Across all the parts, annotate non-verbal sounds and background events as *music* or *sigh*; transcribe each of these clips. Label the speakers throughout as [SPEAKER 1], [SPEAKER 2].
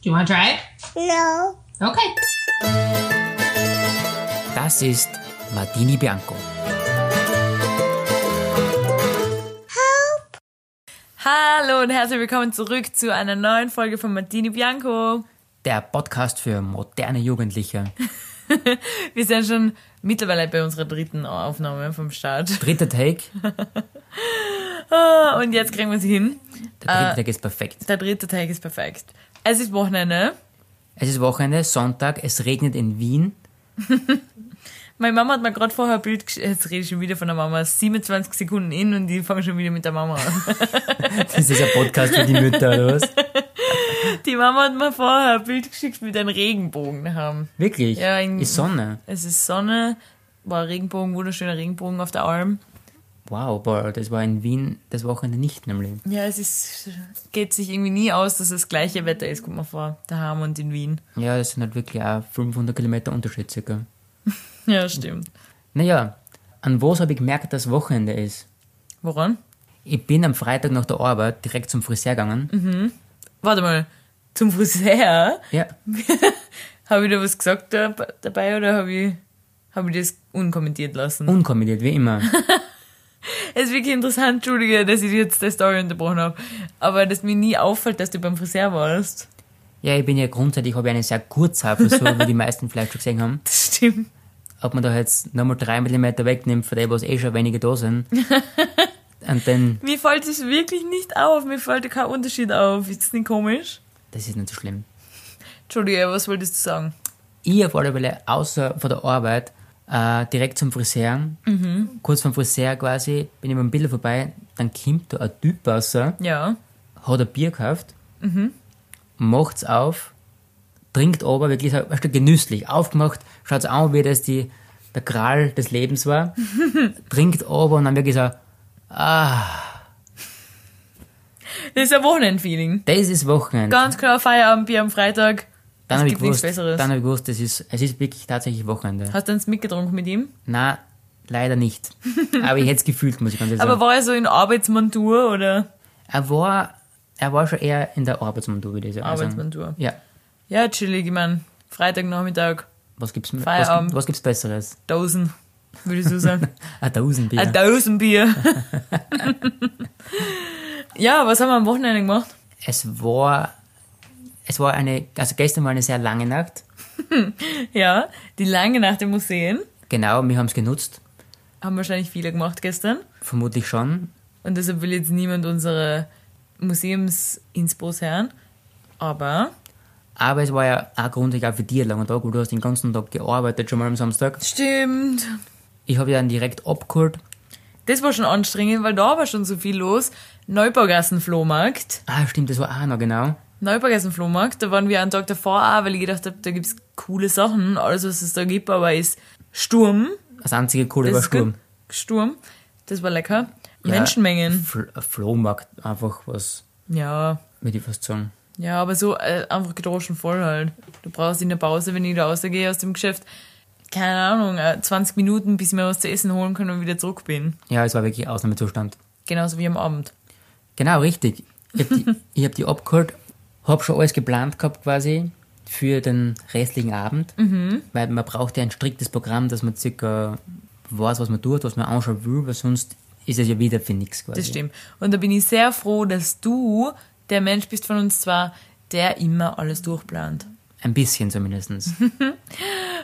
[SPEAKER 1] Do you want to try it?
[SPEAKER 2] No.
[SPEAKER 1] Okay.
[SPEAKER 3] Das ist Martini Bianco.
[SPEAKER 4] Hallo und herzlich willkommen zurück zu einer neuen Folge von Martini Bianco.
[SPEAKER 3] Der Podcast für moderne Jugendliche.
[SPEAKER 4] Wir sind schon mittlerweile bei unserer dritten Aufnahme vom Start.
[SPEAKER 3] Dritter Take.
[SPEAKER 4] Ah, Und jetzt kriegen wir es hin.
[SPEAKER 3] Der dritte Take ist perfekt.
[SPEAKER 4] Der dritte Tag ist perfekt. Es ist Wochenende.
[SPEAKER 3] Es ist Wochenende, Sonntag, es regnet in Wien.
[SPEAKER 4] Meine Mama hat mir gerade vorher ein Bild geschickt. Jetzt rede ich schon wieder von der Mama. 27 Sekunden in und die fangen schon wieder mit der Mama an.
[SPEAKER 3] Das ist ein Podcast für die Mütter, oder was?
[SPEAKER 4] Die Mama hat mir vorher ein Bild geschickt mit einem Regenbogen haben.
[SPEAKER 3] Wirklich?
[SPEAKER 4] Ja, in-
[SPEAKER 3] ist Sonne.
[SPEAKER 4] Es ist Sonne, war Regenbogen, wunderschöner Regenbogen auf der Alm.
[SPEAKER 3] Wow, boah, das war in Wien das Wochenende nicht nämlich.
[SPEAKER 4] Ja, es ist, geht sich irgendwie nie aus, dass es das gleiche Wetter ist, guck mal vor, daheim und in Wien.
[SPEAKER 3] Ja, das sind halt wirklich auch 500 Kilometer Unterschied circa.
[SPEAKER 4] Ja, stimmt.
[SPEAKER 3] Naja, an was habe ich gemerkt, dass Wochenende ist?
[SPEAKER 4] Woran?
[SPEAKER 3] Ich bin am Freitag nach der Arbeit direkt zum Friseur gegangen.
[SPEAKER 4] Warte mal, zum Friseur? *laughs*
[SPEAKER 3] Ja,
[SPEAKER 4] habe ich da was gesagt da, dabei oder habe ich, hab ich das unkommentiert lassen?
[SPEAKER 3] unkommentiert, wie immer.
[SPEAKER 4] Es ist wirklich interessant, Entschuldige, dass ich jetzt die Story unterbrochen habe, aber dass mir nie auffällt, dass du beim Friseur warst. *laughs*
[SPEAKER 3] Ja, ich bin ja grundsätzlich, habe ich eine sehr kurze Haarfrisur, wie die meisten vielleicht schon gesehen haben.
[SPEAKER 4] Das stimmt.
[SPEAKER 3] Ob man da jetzt nochmal 3 mm wegnimmt, von dem, was eh schon wenige da sind. Und dann,
[SPEAKER 4] Mir fällt es wirklich nicht auf, mir fällt kein Unterschied auf. Ist das nicht komisch?
[SPEAKER 3] das ist nicht so schlimm.
[SPEAKER 4] Entschuldige, was wolltest du sagen?
[SPEAKER 3] Ich auf alle Fälle, außer von der Arbeit, äh, direkt zum Friseur, kurz vom Friseur quasi, bin ich beim Bilder vorbei, dann kommt da ein Typ raus, hat
[SPEAKER 4] Ja.
[SPEAKER 3] ein Bier gekauft, macht's auf, trinkt aber wirklich so, weißt du, genüsslich, aufgemacht, schaut's an, wie das die, der Kral des Lebens
[SPEAKER 4] *laughs*
[SPEAKER 3] war, trinkt aber und dann wirklich so, ah,
[SPEAKER 4] Das ist ein Wochenendfeeling.
[SPEAKER 3] das ist Wochenende.
[SPEAKER 4] Ganz klar Feierabendbier am Freitag.
[SPEAKER 3] Dann
[SPEAKER 4] es
[SPEAKER 3] habe ich
[SPEAKER 4] gibt nichts
[SPEAKER 3] gewusst,
[SPEAKER 4] Besseres.
[SPEAKER 3] dann hab ich gewusst das ist, es ist wirklich tatsächlich Wochenende.
[SPEAKER 4] Hast du eins mitgetrunken mit ihm?
[SPEAKER 3] Na, leider
[SPEAKER 4] *laughs*
[SPEAKER 3] nicht. Aber ich hätte es gefühlt, muss ich ganz ehrlich
[SPEAKER 4] Aber
[SPEAKER 3] sagen.
[SPEAKER 4] war er so in Arbeitsmontur oder?
[SPEAKER 3] Er war, er war schon eher in der Arbeitsmontur, würde ich sagen. Also,
[SPEAKER 4] Arbeitsmontur.
[SPEAKER 3] Ja.
[SPEAKER 4] Ja, chillig, ich mein, Freitagnachmittag,
[SPEAKER 3] Was gibt's, was,
[SPEAKER 4] Feierabend.
[SPEAKER 3] gibt- was gibt's Besseres?
[SPEAKER 4] Dosen, würde ich
[SPEAKER 3] *laughs*
[SPEAKER 4] so sagen.
[SPEAKER 3] Ein Dosenbier.
[SPEAKER 4] Ein Dosenbier. *laughs* ja, was haben wir am Wochenende gemacht?
[SPEAKER 3] es war, es war eine, also gestern war eine sehr lange Nacht.
[SPEAKER 4] Ja, die lange Nacht im Museen.
[SPEAKER 3] Genau, wir haben es genutzt.
[SPEAKER 4] Haben wahrscheinlich viele gemacht gestern.
[SPEAKER 3] Vermutlich schon.
[SPEAKER 4] Und deshalb will jetzt niemand unsere Museums-Inspos hören. Aber,
[SPEAKER 3] Aber es war ja auch grundsätzlich auch für dich ein langer Tag, weil du hast den ganzen Tag gearbeitet, schon mal am Samstag.
[SPEAKER 4] stimmt,
[SPEAKER 3] Ich habe ja dann direkt abgeholt.
[SPEAKER 4] Das war schon anstrengend, weil da war schon so viel los. Neubaugassen-Flohmarkt.
[SPEAKER 3] Ah, stimmt, das war auch noch, genau.
[SPEAKER 4] Neubaugassen-Flohmarkt, da waren wir einen Tag davor auch, weil ich gedacht habe, da gibt's coole Sachen. Alles, was es da gibt, aber ist Sturm.
[SPEAKER 3] Das einzige coole
[SPEAKER 4] Das
[SPEAKER 3] war
[SPEAKER 4] ist gut.
[SPEAKER 3] Sturm.
[SPEAKER 4] Sturm. Das war lecker.
[SPEAKER 3] Ja,
[SPEAKER 4] Menschenmengen.
[SPEAKER 3] Fl Flohmarkt, einfach was,
[SPEAKER 4] Ja.
[SPEAKER 3] würde ich fast sagen.
[SPEAKER 4] Ja, aber so äh, einfach gedroschen voll halt. Du brauchst in der Pause, wenn ich da rausgehe aus dem Geschäft, keine Ahnung, äh, 20 Minuten, bis ich mir was zu essen holen kann und wieder zurück bin.
[SPEAKER 3] Ja, es war wirklich Ausnahmezustand.
[SPEAKER 4] Genauso wie am Abend.
[SPEAKER 3] Genau, richtig. Ich habe die, ich hab die abgeholt, habe schon alles geplant gehabt quasi für den restlichen Abend,
[SPEAKER 4] Mhm.
[SPEAKER 3] weil man braucht ja ein striktes Programm, dass man circa weiß, was man tut, was man anschauen will, weil sonst ist es ja wieder für nichts quasi.
[SPEAKER 4] Das stimmt. Und da bin ich sehr froh, dass du der Mensch bist von uns zwar, der immer alles durchplant.
[SPEAKER 3] Ein bisschen zumindestens.
[SPEAKER 4] Mhm.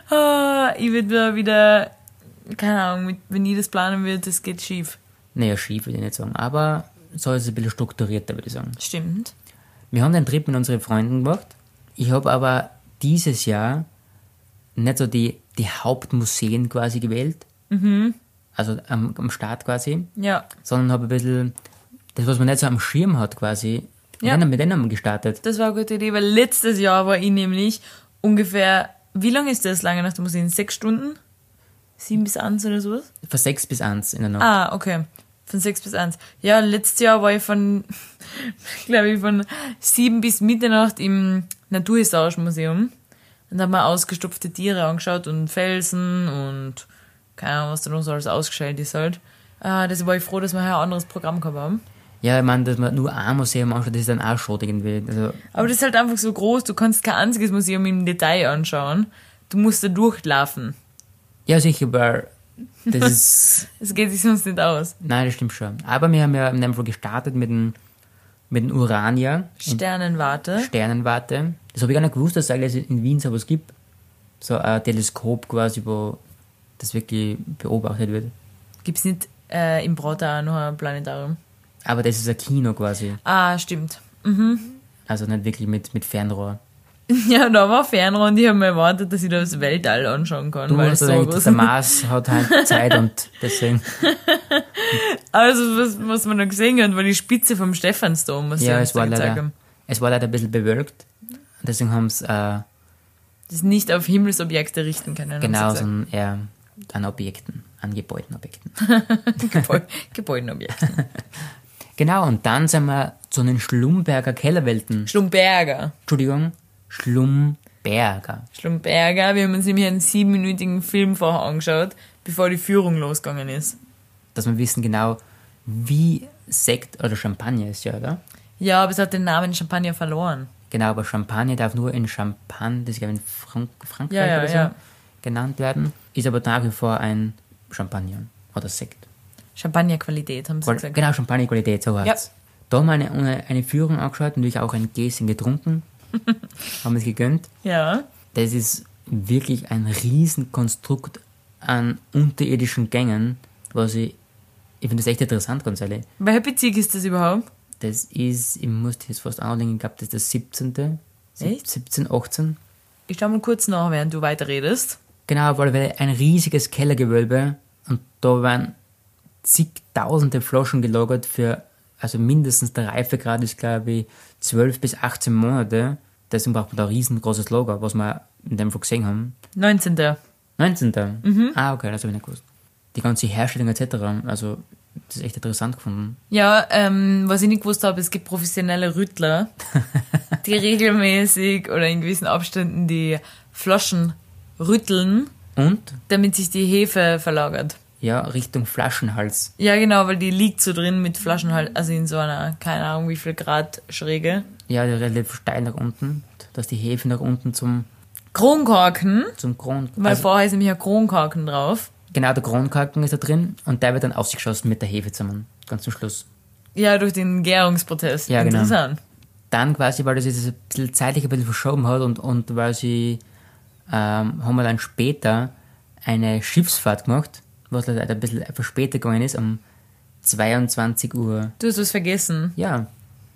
[SPEAKER 4] Ah, ich würde mir wieder, keine Ahnung, mit- wenn ich das planen würde, das geht schief.
[SPEAKER 3] naja, schief würde ich nicht sagen, aber so ist es ein bisschen strukturierter, würde ich sagen.
[SPEAKER 4] Stimmt.
[SPEAKER 3] Wir haben den Trip mit unseren Freunden gemacht. Ich habe aber dieses Jahr nicht so die, die Hauptmuseen quasi gewählt.
[SPEAKER 4] Mhm.
[SPEAKER 3] Also am, am Start quasi.
[SPEAKER 4] Ja,
[SPEAKER 3] Sondern habe ein bisschen das, was man nicht so am Schirm hat quasi.
[SPEAKER 4] Ja.
[SPEAKER 3] Ja. Mit denen haben wir gestartet.
[SPEAKER 4] das war eine gute Idee, weil letztes Jahr war ich nämlich ungefähr, wie lange ist das lange nach dem Museum? Sechs Stunden? Sieben bis eins oder sowas?
[SPEAKER 3] Von 6 bis 1 in der Nacht.
[SPEAKER 4] Ah, okay. Von 6 bis 1. Ja, letztes Jahr war ich von, *laughs* glaube ich, von 7 bis Mitternacht im Naturhistorischen Museum. Und da haben wir ausgestopfte Tiere angeschaut und Felsen und keine Ahnung, was da noch so alles ausgestellt ist halt. Ah, deshalb war ich froh, dass wir hier ein anderes Programm gehabt haben.
[SPEAKER 3] Ja, ich meine, dass man nur ein Museum anschaut, das ist dann auch schon irgendwie. Also,
[SPEAKER 4] Aber das ist halt einfach so groß, du kannst kein einziges Museum im Detail anschauen. Du musst da durchlaufen.
[SPEAKER 3] ja, sicher, weil das ist.
[SPEAKER 4] Das geht sich sonst nicht aus.
[SPEAKER 3] Nein, das stimmt schon. Aber wir haben ja in Denver gestartet mit dem, mit dem Urania,
[SPEAKER 4] Sternenwarte.
[SPEAKER 3] Sternenwarte. Das habe ich gar nicht gewusst, dass es eigentlich in Wien sowas gibt. So ein Teleskop quasi, wo das wirklich beobachtet wird.
[SPEAKER 4] Gibt's nicht äh, im Brota auch noch ein Planetarium?
[SPEAKER 3] Aber das ist ein Kino quasi.
[SPEAKER 4] Ah, stimmt.
[SPEAKER 3] Also nicht wirklich mit, mit Fernrohr.
[SPEAKER 4] *laughs* Ja, da war Fernrohr und ich habe mir erwartet, dass ich da das Weltall anschauen kann.
[SPEAKER 3] Du
[SPEAKER 4] weil
[SPEAKER 3] hast
[SPEAKER 4] es so
[SPEAKER 3] so
[SPEAKER 4] groß
[SPEAKER 3] der Mars hat halt Zeit und deswegen.
[SPEAKER 4] *laughs* Also, was, was man da gesehen hat, war die Spitze vom Stephansdom, was
[SPEAKER 3] Ja,
[SPEAKER 4] sie uns
[SPEAKER 3] es
[SPEAKER 4] da
[SPEAKER 3] war
[SPEAKER 4] gezeigt
[SPEAKER 3] leider,
[SPEAKER 4] haben.
[SPEAKER 3] es war leider ein bisschen bewölkt. Deswegen haben sie äh,
[SPEAKER 4] Das nicht auf Himmelsobjekte richten können. haben sie
[SPEAKER 3] genau
[SPEAKER 4] gesagt.
[SPEAKER 3] so ein, eher an Objekten, an Gebäuden, Objekten.
[SPEAKER 4] Gebäu- *laughs* Gebäudeobjekt.
[SPEAKER 3] Genau, und dann sind wir zu den Schlumberger Kellerwelten.
[SPEAKER 4] Schlumberger.
[SPEAKER 3] Entschuldigung, Schlumberger.
[SPEAKER 4] Schlumberger, wir haben uns nämlich einen siebenminütigen Film vorher angeschaut, bevor die Führung losgegangen ist.
[SPEAKER 3] Dass wir wissen genau, wie Sekt oder Champagner ist, ja, oder?
[SPEAKER 4] Ja, aber es hat den Namen Champagner verloren.
[SPEAKER 3] Genau, aber Champagner darf nur in Champagne, das ist glaube ich in Frank Frankreich
[SPEAKER 4] Ja, ja,
[SPEAKER 3] oder so,
[SPEAKER 4] ja.
[SPEAKER 3] genannt werden. Ist aber nach wie vor ein Champagner oder Sekt.
[SPEAKER 4] Champagnerqualität, haben sie
[SPEAKER 3] Qual-
[SPEAKER 4] gesagt.
[SPEAKER 3] Genau, Champagnerqualität, so heißt
[SPEAKER 4] Ja.
[SPEAKER 3] Da haben wir eine, eine, eine Führung angeschaut, natürlich auch ein Gläschen
[SPEAKER 4] *laughs*
[SPEAKER 3] getrunken, haben es gegönnt.
[SPEAKER 4] Ja.
[SPEAKER 3] Das ist wirklich ein Riesenkonstrukt an unterirdischen Gängen, was ich, ich finde das echt interessant, ganz ehrlich.
[SPEAKER 4] Welcher Bezirk ist das überhaupt?
[SPEAKER 3] Das ist, ich muss das jetzt fast anlegen, ich glaube, das ist das 17. Sieb-
[SPEAKER 4] Echt?
[SPEAKER 3] 17, 18.
[SPEAKER 4] Ich schau mal kurz nach, während du weiterredest.
[SPEAKER 3] Genau, weil wir ein riesiges Kellergewölbe und da waren zigtausende Flaschen gelagert für, also mindestens der Reifegrad ist, glaube ich, 12 bis 18 Monate. Deswegen braucht man da ein riesengroßes Lager, was wir in dem Fall gesehen haben.
[SPEAKER 4] 19.
[SPEAKER 3] 19. Ah, okay, das habe ich nicht gewusst. Die ganze Herstellung etc. Also, das ist echt interessant gefunden.
[SPEAKER 4] Ja, ähm, was ich nicht gewusst habe, es gibt professionelle
[SPEAKER 3] *laughs*
[SPEAKER 4] Rüttler, die regelmäßig oder in gewissen Abständen die Flaschen rütteln,
[SPEAKER 3] Und,
[SPEAKER 4] damit sich die Hefe verlagert.
[SPEAKER 3] ja, Richtung Flaschenhals.
[SPEAKER 4] Ja, genau, weil die liegt so drin mit Flaschen halt, also in so einer, keine Ahnung, wie viel Grad Schräge.
[SPEAKER 3] Ja, der relativ steil nach unten, dass die Hefe nach unten zum,
[SPEAKER 4] Kronkorken,
[SPEAKER 3] zum Grund.
[SPEAKER 4] weil vorher ist nämlich ein Kronkorken drauf.
[SPEAKER 3] Genau, der Kronkorken ist da drin und der wird dann auf sich geschossen mit der Hefe zusammen, ganz zum Schluss.
[SPEAKER 4] Ja, durch den Gärungsprozess.
[SPEAKER 3] Ja, genau.
[SPEAKER 4] Interessant.
[SPEAKER 3] Dann quasi, weil das jetzt ein bisschen zeitlich ein bisschen verschoben hat und, und weil sie, ähm, haben wir dann später eine Schiffsfahrt gemacht, was leider ein bisschen verspätet gegangen ist, um 22 Uhr.
[SPEAKER 4] Du hast was vergessen.
[SPEAKER 3] Ja,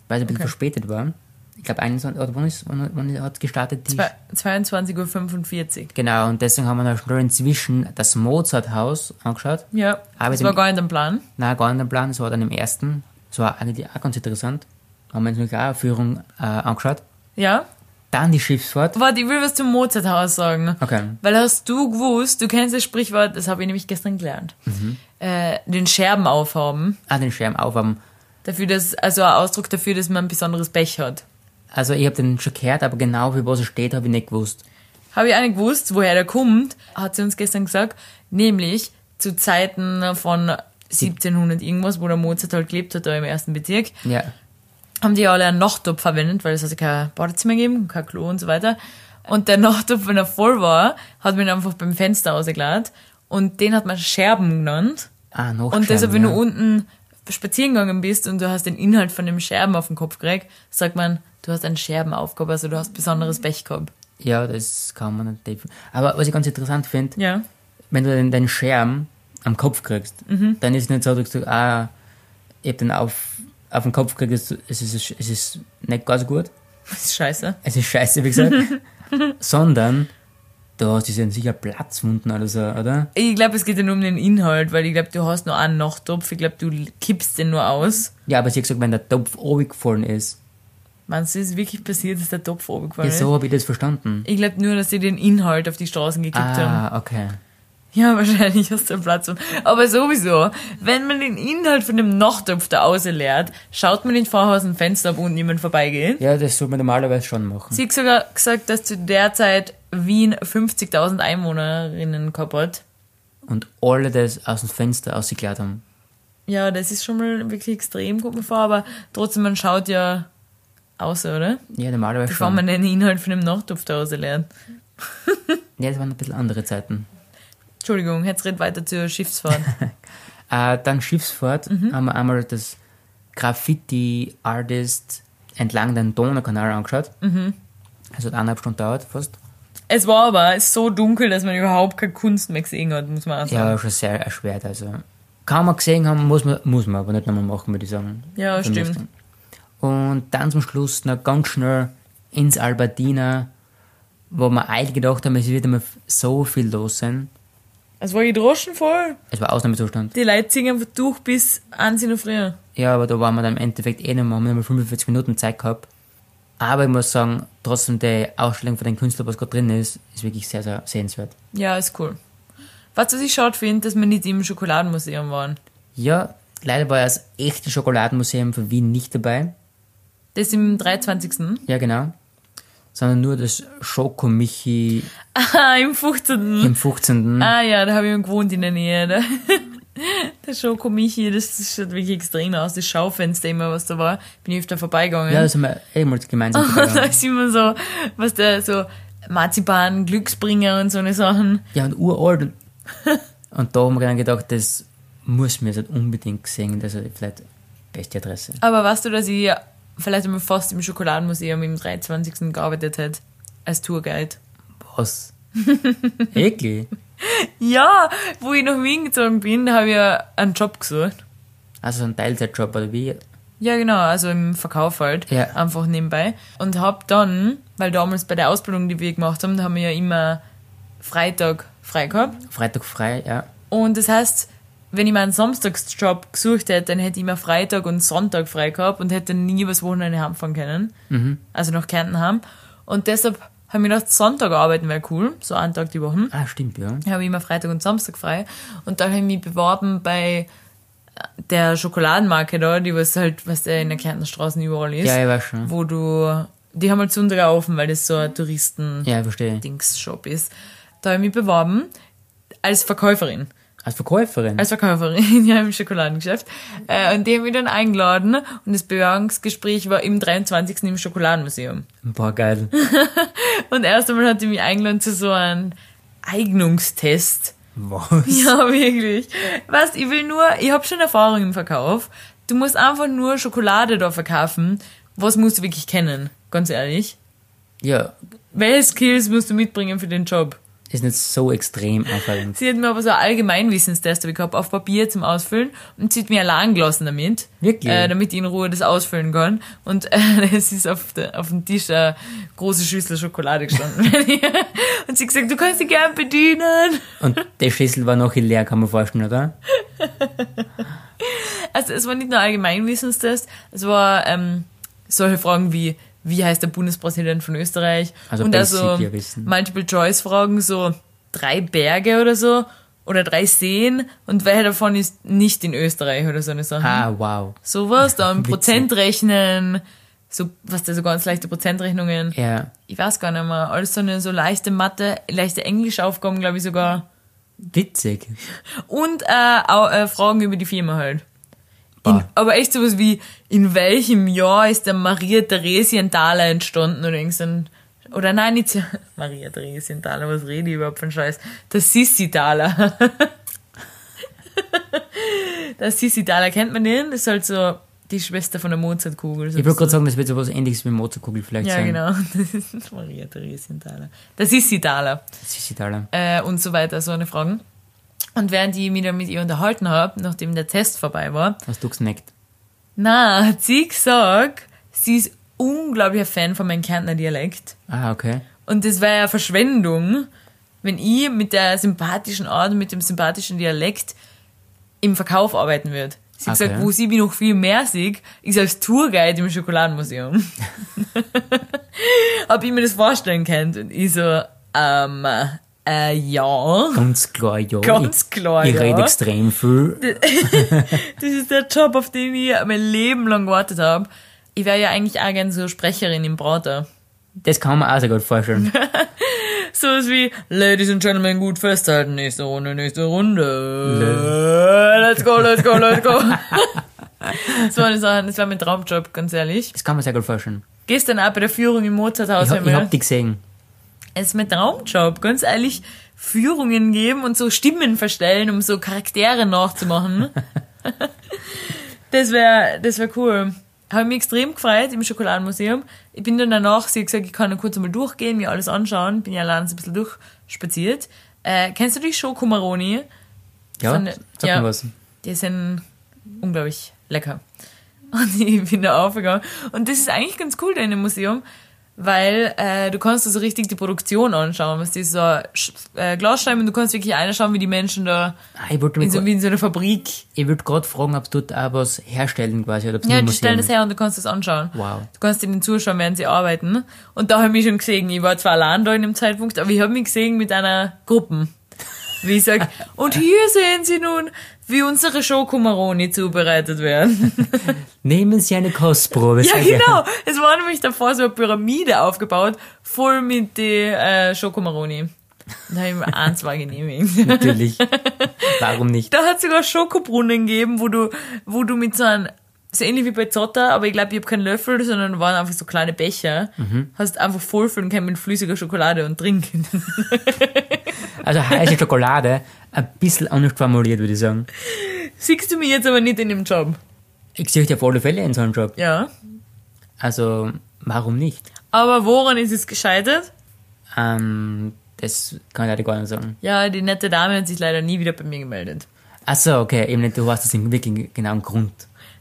[SPEAKER 3] weil es ein bisschen verspätet war. Ich glaube, 21 oder wann, ist, wann, wann hat gestartet? Die
[SPEAKER 4] Zwei- 22.45 Uhr.
[SPEAKER 3] genau, und deswegen haben wir dann schnell inzwischen das Mozarthaus angeschaut.
[SPEAKER 4] Ja,
[SPEAKER 3] Aber Ah,
[SPEAKER 4] das
[SPEAKER 3] dem-
[SPEAKER 4] war gar nicht im Plan.
[SPEAKER 3] Nein, gar nicht im Plan, das war dann im ersten. Das war eigentlich auch ganz interessant. Haben wir uns natürlich auch eine Führung äh, angeschaut.
[SPEAKER 4] Ja?
[SPEAKER 3] Dann die Schiffsfahrt.
[SPEAKER 4] Warte, ich will was zum Mozarthaus sagen.
[SPEAKER 3] Okay.
[SPEAKER 4] Weil hast du gewusst, du kennst das Sprichwort, das habe ich nämlich gestern gelernt, äh, den Scherben aufhaben.
[SPEAKER 3] Ah, den Schirm aufhaben.
[SPEAKER 4] Dafür, dass, also ein Ausdruck dafür, dass man ein besonderes Pech hat.
[SPEAKER 3] Also ich habe den schon gehört, aber genau für was es steht, habe ich nicht gewusst.
[SPEAKER 4] Habe ich auch nicht gewusst, woher der kommt, hat sie uns gestern gesagt, nämlich zu Zeiten von 1700 irgendwas, wo der Mozart halt gelebt hat, da im ersten Bezirk,
[SPEAKER 3] Ja.
[SPEAKER 4] haben die alle einen Nachttopf verwendet, weil es hat kein Badezimmer gegeben, kein Klo und so weiter. Und der Nachttopf, wenn er voll war, hat man ihn einfach beim Fenster rausgelegt und den hat man Scherben genannt.
[SPEAKER 3] Ah, noch
[SPEAKER 4] Und deshalb, wenn
[SPEAKER 3] ja.
[SPEAKER 4] du unten spazieren gegangen bist und du hast den Inhalt von dem Scherben auf den Kopf gekriegt, sagt man, du hast einen Scherbenaufgabe, also du hast besonderes Pech gehabt.
[SPEAKER 3] Ja, das kann man nicht. defin- Aber was ich ganz interessant finde,
[SPEAKER 4] Ja.
[SPEAKER 3] wenn du den, den Schirm am Kopf kriegst,
[SPEAKER 4] Mhm.
[SPEAKER 3] dann ist es nicht so, dass du, ah, ich habe den auf, auf den Kopf gekriegt, es es ist, es ist nicht ganz gut.
[SPEAKER 4] *laughs* Das ist scheiße.
[SPEAKER 3] es ist scheiße, wie gesagt, sondern du hast diesen sicher Platzwunden oder so, oder?
[SPEAKER 4] Ich glaube, es geht ja nur um den Inhalt, weil ich glaube, du hast nur einen Nachttopf, ich glaube, du kippst den nur aus.
[SPEAKER 3] Ja, aber sie hat gesagt, wenn der Topf oben gefallen ist.
[SPEAKER 4] Meinst du, es ist wirklich passiert, dass der Topf runtergefallen
[SPEAKER 3] Ja,
[SPEAKER 4] ist?
[SPEAKER 3] so habe ich das verstanden.
[SPEAKER 4] Ich glaube nur, dass sie den Inhalt auf die Straßen gekippt haben.
[SPEAKER 3] Ah, okay.
[SPEAKER 4] Ja, wahrscheinlich aus der Platz. um. Aber sowieso, wenn man den Inhalt von dem Nachttopf da ausleert, schaut man nicht vorher aus dem Fenster, ob unten jemand vorbeigeht.
[SPEAKER 3] Ja, das sollte man normalerweise schon machen.
[SPEAKER 4] Sie hat sogar gesagt, dass zu der Zeit Wien 50.000 Einwohnerinnen gehabt hat.
[SPEAKER 3] Und alle das aus dem Fenster ausgeklärt haben.
[SPEAKER 4] Ja, das ist schon mal wirklich extrem, kommt mir vor, aber trotzdem, man schaut ja außer, oder?
[SPEAKER 3] Ja, normalerweise
[SPEAKER 4] Bevor
[SPEAKER 3] schon.
[SPEAKER 4] man den Inhalt von dem Nachtopf da lernt.
[SPEAKER 3] Ja, das waren ein bisschen andere Zeiten.
[SPEAKER 4] Entschuldigung, jetzt red weiter zur Schiffsfahrt.
[SPEAKER 3] Äh, dann Schiffsfahrt haben wir einmal das Graffiti-Artist entlang den Donaukanal angeschaut. Also hat eineinhalb Stunden dauert fast.
[SPEAKER 4] es war aber so dunkel, dass man überhaupt keine Kunst mehr gesehen hat, muss man auch sagen.
[SPEAKER 3] Ja, schon sehr erschwert. Also kann man gesehen haben, muss man, muss man aber nicht nochmal machen, würde ich sagen.
[SPEAKER 4] Ja,
[SPEAKER 3] Beim
[SPEAKER 4] stimmt.
[SPEAKER 3] nächsten. Und dann zum Schluss noch ganz schnell ins Albertina, wo wir eigentlich gedacht haben, es wird immer so viel los sein.
[SPEAKER 4] Es Also war gedroschen voll.
[SPEAKER 3] Es war Ausnahmezustand.
[SPEAKER 4] Die Leute singen einfach durch bis eins in der Früh.
[SPEAKER 3] Ja, aber da waren wir dann im Endeffekt eh nochmal, haben wir nochmal 45 Minuten Zeit gehabt. Aber ich muss sagen, trotzdem die Ausstellung von den Künstlern, was gerade drin ist, ist wirklich sehr, sehr sehenswert.
[SPEAKER 4] Ja, ist cool. Was, was ich schade finde, dass wir nicht im Schokoladenmuseum waren.
[SPEAKER 3] Ja, leider war das echte Schokoladenmuseum von Wien nicht dabei.
[SPEAKER 4] Das im 23.
[SPEAKER 3] Ja, genau. Sondern nur das Schokomichi
[SPEAKER 4] *laughs* Ah, im 15.
[SPEAKER 3] im 15.
[SPEAKER 4] Ah ja, da habe ich gewohnt in der Nähe. Da. *laughs* Der Schokomichi, das schaut wirklich extrem aus. Das Schaufenster immer, was da war, bin ich öfter vorbeigegangen.
[SPEAKER 3] Ja, das haben wir eh mal gemeinsam
[SPEAKER 4] *laughs* und da
[SPEAKER 3] gegangen.
[SPEAKER 4] ist immer so, was der so Marzipan, Glücksbringer und so eine Sachen.
[SPEAKER 3] Ja, und uralt. Und- Und da haben wir dann gedacht, das muss man jetzt nicht unbedingt sehen, das ist vielleicht beste Adresse.
[SPEAKER 4] Aber weißt du, dass ich vielleicht einmal fast im Schokoladenmuseum im 23. gearbeitet hätte? Als Tourguide. *laughs*
[SPEAKER 3] Was? Eklig.
[SPEAKER 4] Ja, wo ich nach Wien gezogen bin, da habe ich ja einen Job gesucht.
[SPEAKER 3] Also so ein Teilzeitjob oder wie?
[SPEAKER 4] Ja, genau, also im Verkauf halt,
[SPEAKER 3] Ja.
[SPEAKER 4] einfach nebenbei. Und hab dann, weil damals bei der Ausbildung, die wir gemacht haben, da haben wir ja immer Freitag frei gehabt.
[SPEAKER 3] Freitag frei, ja.
[SPEAKER 4] Und das heißt, wenn ich meinen Samstagsjob gesucht hätte, dann hätte ich immer Freitag und Sonntag frei gehabt und hätte nie übers Wochenende heimfahren können.
[SPEAKER 3] Mhm.
[SPEAKER 4] Also nach Kärnten haben. Und deshalb habe ich gedacht, Sonntag arbeiten wäre cool, so einen Tag die Woche.
[SPEAKER 3] Ah, stimmt, ja.
[SPEAKER 4] habe ich immer Freitag und Samstag frei. Und dann habe ich mich beworben bei äh, der Schokoladenmarke da, die was halt, was der in der Kärntner Straßen überall ist.
[SPEAKER 3] Ja, ich weiß schon.
[SPEAKER 4] Wo du, die haben halt Sonntag auch offen, weil das so ein Touristen-Dings-Shop
[SPEAKER 3] Ja, ich verstehe.
[SPEAKER 4] ist. Da habe ich mich beworben als Verkäuferin.
[SPEAKER 3] Als Verkäuferin.
[SPEAKER 4] Als *laughs* Verkäuferin ja, im Schokoladengeschäft. Äh, und die haben mich dann eingeladen und das Bewerbungsgespräch war im 23. im Schokoladenmuseum.
[SPEAKER 3] Boah, geil.
[SPEAKER 4] Und erst einmal hat die mich eingeladen zu so einem Eignungstest.
[SPEAKER 3] Was?
[SPEAKER 4] Ja, wirklich. Was, ich will nur, ich habe schon Erfahrung im Verkauf. Du musst einfach nur Schokolade da verkaufen. Was musst du wirklich kennen? Ganz ehrlich.
[SPEAKER 3] Ja,
[SPEAKER 4] Welche Skills musst du mitbringen für den Job?
[SPEAKER 3] ist nicht so extrem aufregend.
[SPEAKER 4] Sie hat mir aber so einen Allgemeinwissenstest hab ich gehabt, auf Papier zum Ausfüllen und sie hat mir allein gelassen damit.
[SPEAKER 3] Wirklich?
[SPEAKER 4] Äh, damit ich in Ruhe das ausfüllen kann. Und äh, *laughs* es ist auf, der, auf dem Tisch eine große Schüssel Schokolade gestanden. *laughs* und sie hat gesagt, du kannst dich gern bedienen.
[SPEAKER 3] Und der Schüssel war noch leer, kann man vorstellen, oder?
[SPEAKER 4] Also es war nicht nur Allgemeinwissenstest, es war ähm, solche Fragen wie, wie heißt der Bundespräsident von Österreich?
[SPEAKER 3] Also
[SPEAKER 4] und
[SPEAKER 3] Basic
[SPEAKER 4] also
[SPEAKER 3] hier wissen.
[SPEAKER 4] Multiple-Choice-Fragen, so drei Berge oder so oder drei Seen und welcher davon ist nicht in Österreich oder so eine Sache.
[SPEAKER 3] Ah, wow.
[SPEAKER 4] Sowas,
[SPEAKER 3] *laughs*
[SPEAKER 4] dann
[SPEAKER 3] Witzig.
[SPEAKER 4] Prozentrechnen, so was da so ganz leichte Prozentrechnungen.
[SPEAKER 3] Ja,
[SPEAKER 4] Ich weiß gar nicht mehr, alles so eine so leichte Mathe, leichte Englischaufgaben, glaube ich sogar.
[SPEAKER 3] witzig.
[SPEAKER 4] Und äh, auch, äh, Fragen über die Firma halt. In,
[SPEAKER 3] Bah.
[SPEAKER 4] aber echt sowas wie, in welchem Jahr ist der Maria Theresienthaler entstanden oder irgend so ein oder nein, nicht so- *laughs* Maria Theresienthaler, was rede ich überhaupt von Scheiß? Der Sissi-Thaler. *laughs* der Sissi-Thaler, kennt man den? Das ist halt so die Schwester von der Mozartkugel.
[SPEAKER 3] Ich wollte gerade sagen, das wird so was ähnliches wie Mozartkugel vielleicht
[SPEAKER 4] Ja,
[SPEAKER 3] sein.
[SPEAKER 4] genau. *laughs* Das ist Maria Theresienthaler. Der Sissi-Thaler
[SPEAKER 3] Sissi-Taler.
[SPEAKER 4] äh, und so weiter, so eine Fragen. Und während ich mich dann mit ihr unterhalten habe, nachdem der Test vorbei war,
[SPEAKER 3] Hast du gesnackt?
[SPEAKER 4] na, hat sie gesagt, sie ist unglaublicher Fan von meinem Kärntner Dialekt.
[SPEAKER 3] Ah, okay.
[SPEAKER 4] Und das wäre ja Verschwendung, wenn ich mit der sympathischen Art und mit dem sympathischen Dialekt im Verkauf arbeiten würde. Sie hat
[SPEAKER 3] Okay.
[SPEAKER 4] gesagt, wo sie mich noch viel mehr sieht, ist als Tourguide im Schokoladenmuseum. *laughs* Ob ich mir das vorstellen könnte. Und ich so, ähm, äh, ja.
[SPEAKER 3] Ganz klar, ja.
[SPEAKER 4] *laughs* Ganz
[SPEAKER 3] ich,
[SPEAKER 4] klar,
[SPEAKER 3] Ich
[SPEAKER 4] ja.
[SPEAKER 3] rede extrem viel.
[SPEAKER 4] Das ist der Job, auf den ich mein Leben lang gewartet habe. Ich wäre ja eigentlich auch gern so Sprecherin im Brater.
[SPEAKER 3] Das kann man auch sehr gut
[SPEAKER 4] *laughs*
[SPEAKER 3] vorstellen.
[SPEAKER 4] Sowas wie, Ladies and Gentlemen, gut festhalten, nächste Runde, nächste Runde. Let's go, let's go, let's go. *laughs* das, war eine Sache, das war mein Traumjob, ganz ehrlich.
[SPEAKER 3] Das kann man sehr gut vorstellen.
[SPEAKER 4] Gestern auch bei der Führung im Mozarthaus
[SPEAKER 3] Ich,
[SPEAKER 4] haben
[SPEAKER 3] hab- ich
[SPEAKER 4] wir
[SPEAKER 3] hab die gesehen.
[SPEAKER 4] es ist mein Traumjob, ganz ehrlich, Führungen geben und so Stimmen verstellen, um so
[SPEAKER 3] *laughs*
[SPEAKER 4] Charaktere nachzumachen. das wäre das wär cool. Habe mich extrem gefreut im Schokoladenmuseum. Ich bin dann danach, sie hat gesagt, ich kann noch kurz einmal durchgehen, mir alles anschauen. Bin ja allein so ein bisschen durchspaziert. Äh, kennst du die Schokomaroni?
[SPEAKER 3] Ja,
[SPEAKER 4] Von-
[SPEAKER 3] sag mir was.
[SPEAKER 4] Die sind unglaublich lecker. *laughs* Und ich bin da aufgegangen. Und das ist eigentlich ganz cool da in dem Museum, weil äh, du kannst da so richtig die Produktion anschauen. Was die so Sch- äh, Glasscheiben und du kannst wirklich einschauen, wie die Menschen da
[SPEAKER 3] Ah, ich wollte
[SPEAKER 4] in
[SPEAKER 3] mich
[SPEAKER 4] so,
[SPEAKER 3] gra-
[SPEAKER 4] wie in so einer Fabrik.
[SPEAKER 3] ich wollte gerade fragen, ob sie dort auch was herstellen quasi. Oder ob's
[SPEAKER 4] Ja,
[SPEAKER 3] nur
[SPEAKER 4] die
[SPEAKER 3] Museum
[SPEAKER 4] stellen das
[SPEAKER 3] ist.
[SPEAKER 4] her und du kannst das anschauen.
[SPEAKER 3] Wow.
[SPEAKER 4] Du kannst ihnen zuschauen, während sie arbeiten. Und da habe ich mich schon gesehen. Ich war zwar allein da in dem Zeitpunkt, aber ich habe mich gesehen mit einer Gruppe. Wie ich sag, *laughs* und hier sehen Sie nun, wie unsere Schokomaroni zubereitet werden.
[SPEAKER 3] Nehmen Sie eine Kostprobe.
[SPEAKER 4] *laughs* Ja,
[SPEAKER 3] sehr gerne.
[SPEAKER 4] genau. Es war nämlich davor so eine Pyramide aufgebaut, voll mit die äh, Schokomaroni. Da habe ich mir eins war genehmigt.
[SPEAKER 3] *laughs* Natürlich. Warum nicht?
[SPEAKER 4] *laughs* Da hat sogar Schokobrunnen gegeben, wo du, wo du mit so einem, so ähnlich wie bei Zotter, aber ich glaube, ich habe keinen Löffel, sondern waren einfach so kleine Becher. Hast einfach vollfüllen können mit flüssiger Schokolade und trinken. *laughs*
[SPEAKER 3] Also heiße Schokolade, ein bisschen anders formuliert, würde ich sagen.
[SPEAKER 4] Siehst du mich jetzt aber nicht in dem Job.
[SPEAKER 3] Ich sehe dich auf alle Fälle in so einem Job.
[SPEAKER 4] Ja.
[SPEAKER 3] Also, warum nicht?
[SPEAKER 4] Aber woran ist es gescheitert?
[SPEAKER 3] Ähm, das kann ich leider gar nicht sagen.
[SPEAKER 4] Ja, die nette Dame hat sich leider nie wieder bei mir gemeldet.
[SPEAKER 3] Achso, okay, eben nicht, du hast das in wirklich genauen Grund.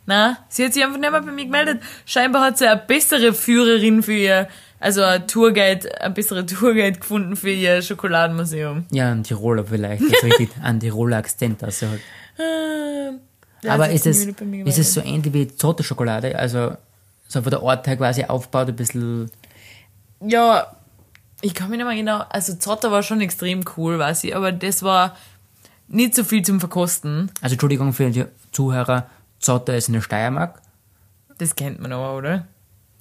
[SPEAKER 4] Na, sie hat sich einfach nicht mehr bei mir gemeldet. Scheinbar hat sie eine bessere Führerin für ihr, also eine Tourguide, eine bessere Tourguide gefunden für ihr Schokoladenmuseum.
[SPEAKER 3] Ja, ein Tiroler vielleicht, das ist
[SPEAKER 4] *laughs*
[SPEAKER 3] richtig, ein Tiroler Akzent. Also halt.
[SPEAKER 4] Äh, der hat
[SPEAKER 3] Aber
[SPEAKER 4] sich
[SPEAKER 3] ist
[SPEAKER 4] nie
[SPEAKER 3] es,
[SPEAKER 4] wieder bei mir
[SPEAKER 3] ist
[SPEAKER 4] gemeldet.
[SPEAKER 3] es so ähnlich wie Zotter Schokolade, also so von der Ort her quasi aufgebaut, ein bisschen,
[SPEAKER 4] Ja, ich kann mich nicht mehr genau. Also Zotter war schon extrem cool, weiß ich, aber das war nicht so viel zum Verkosten.
[SPEAKER 3] also Entschuldigung für die Zuhörer, Zotter ist in der Steiermark,
[SPEAKER 4] Das kennt man aber, oder?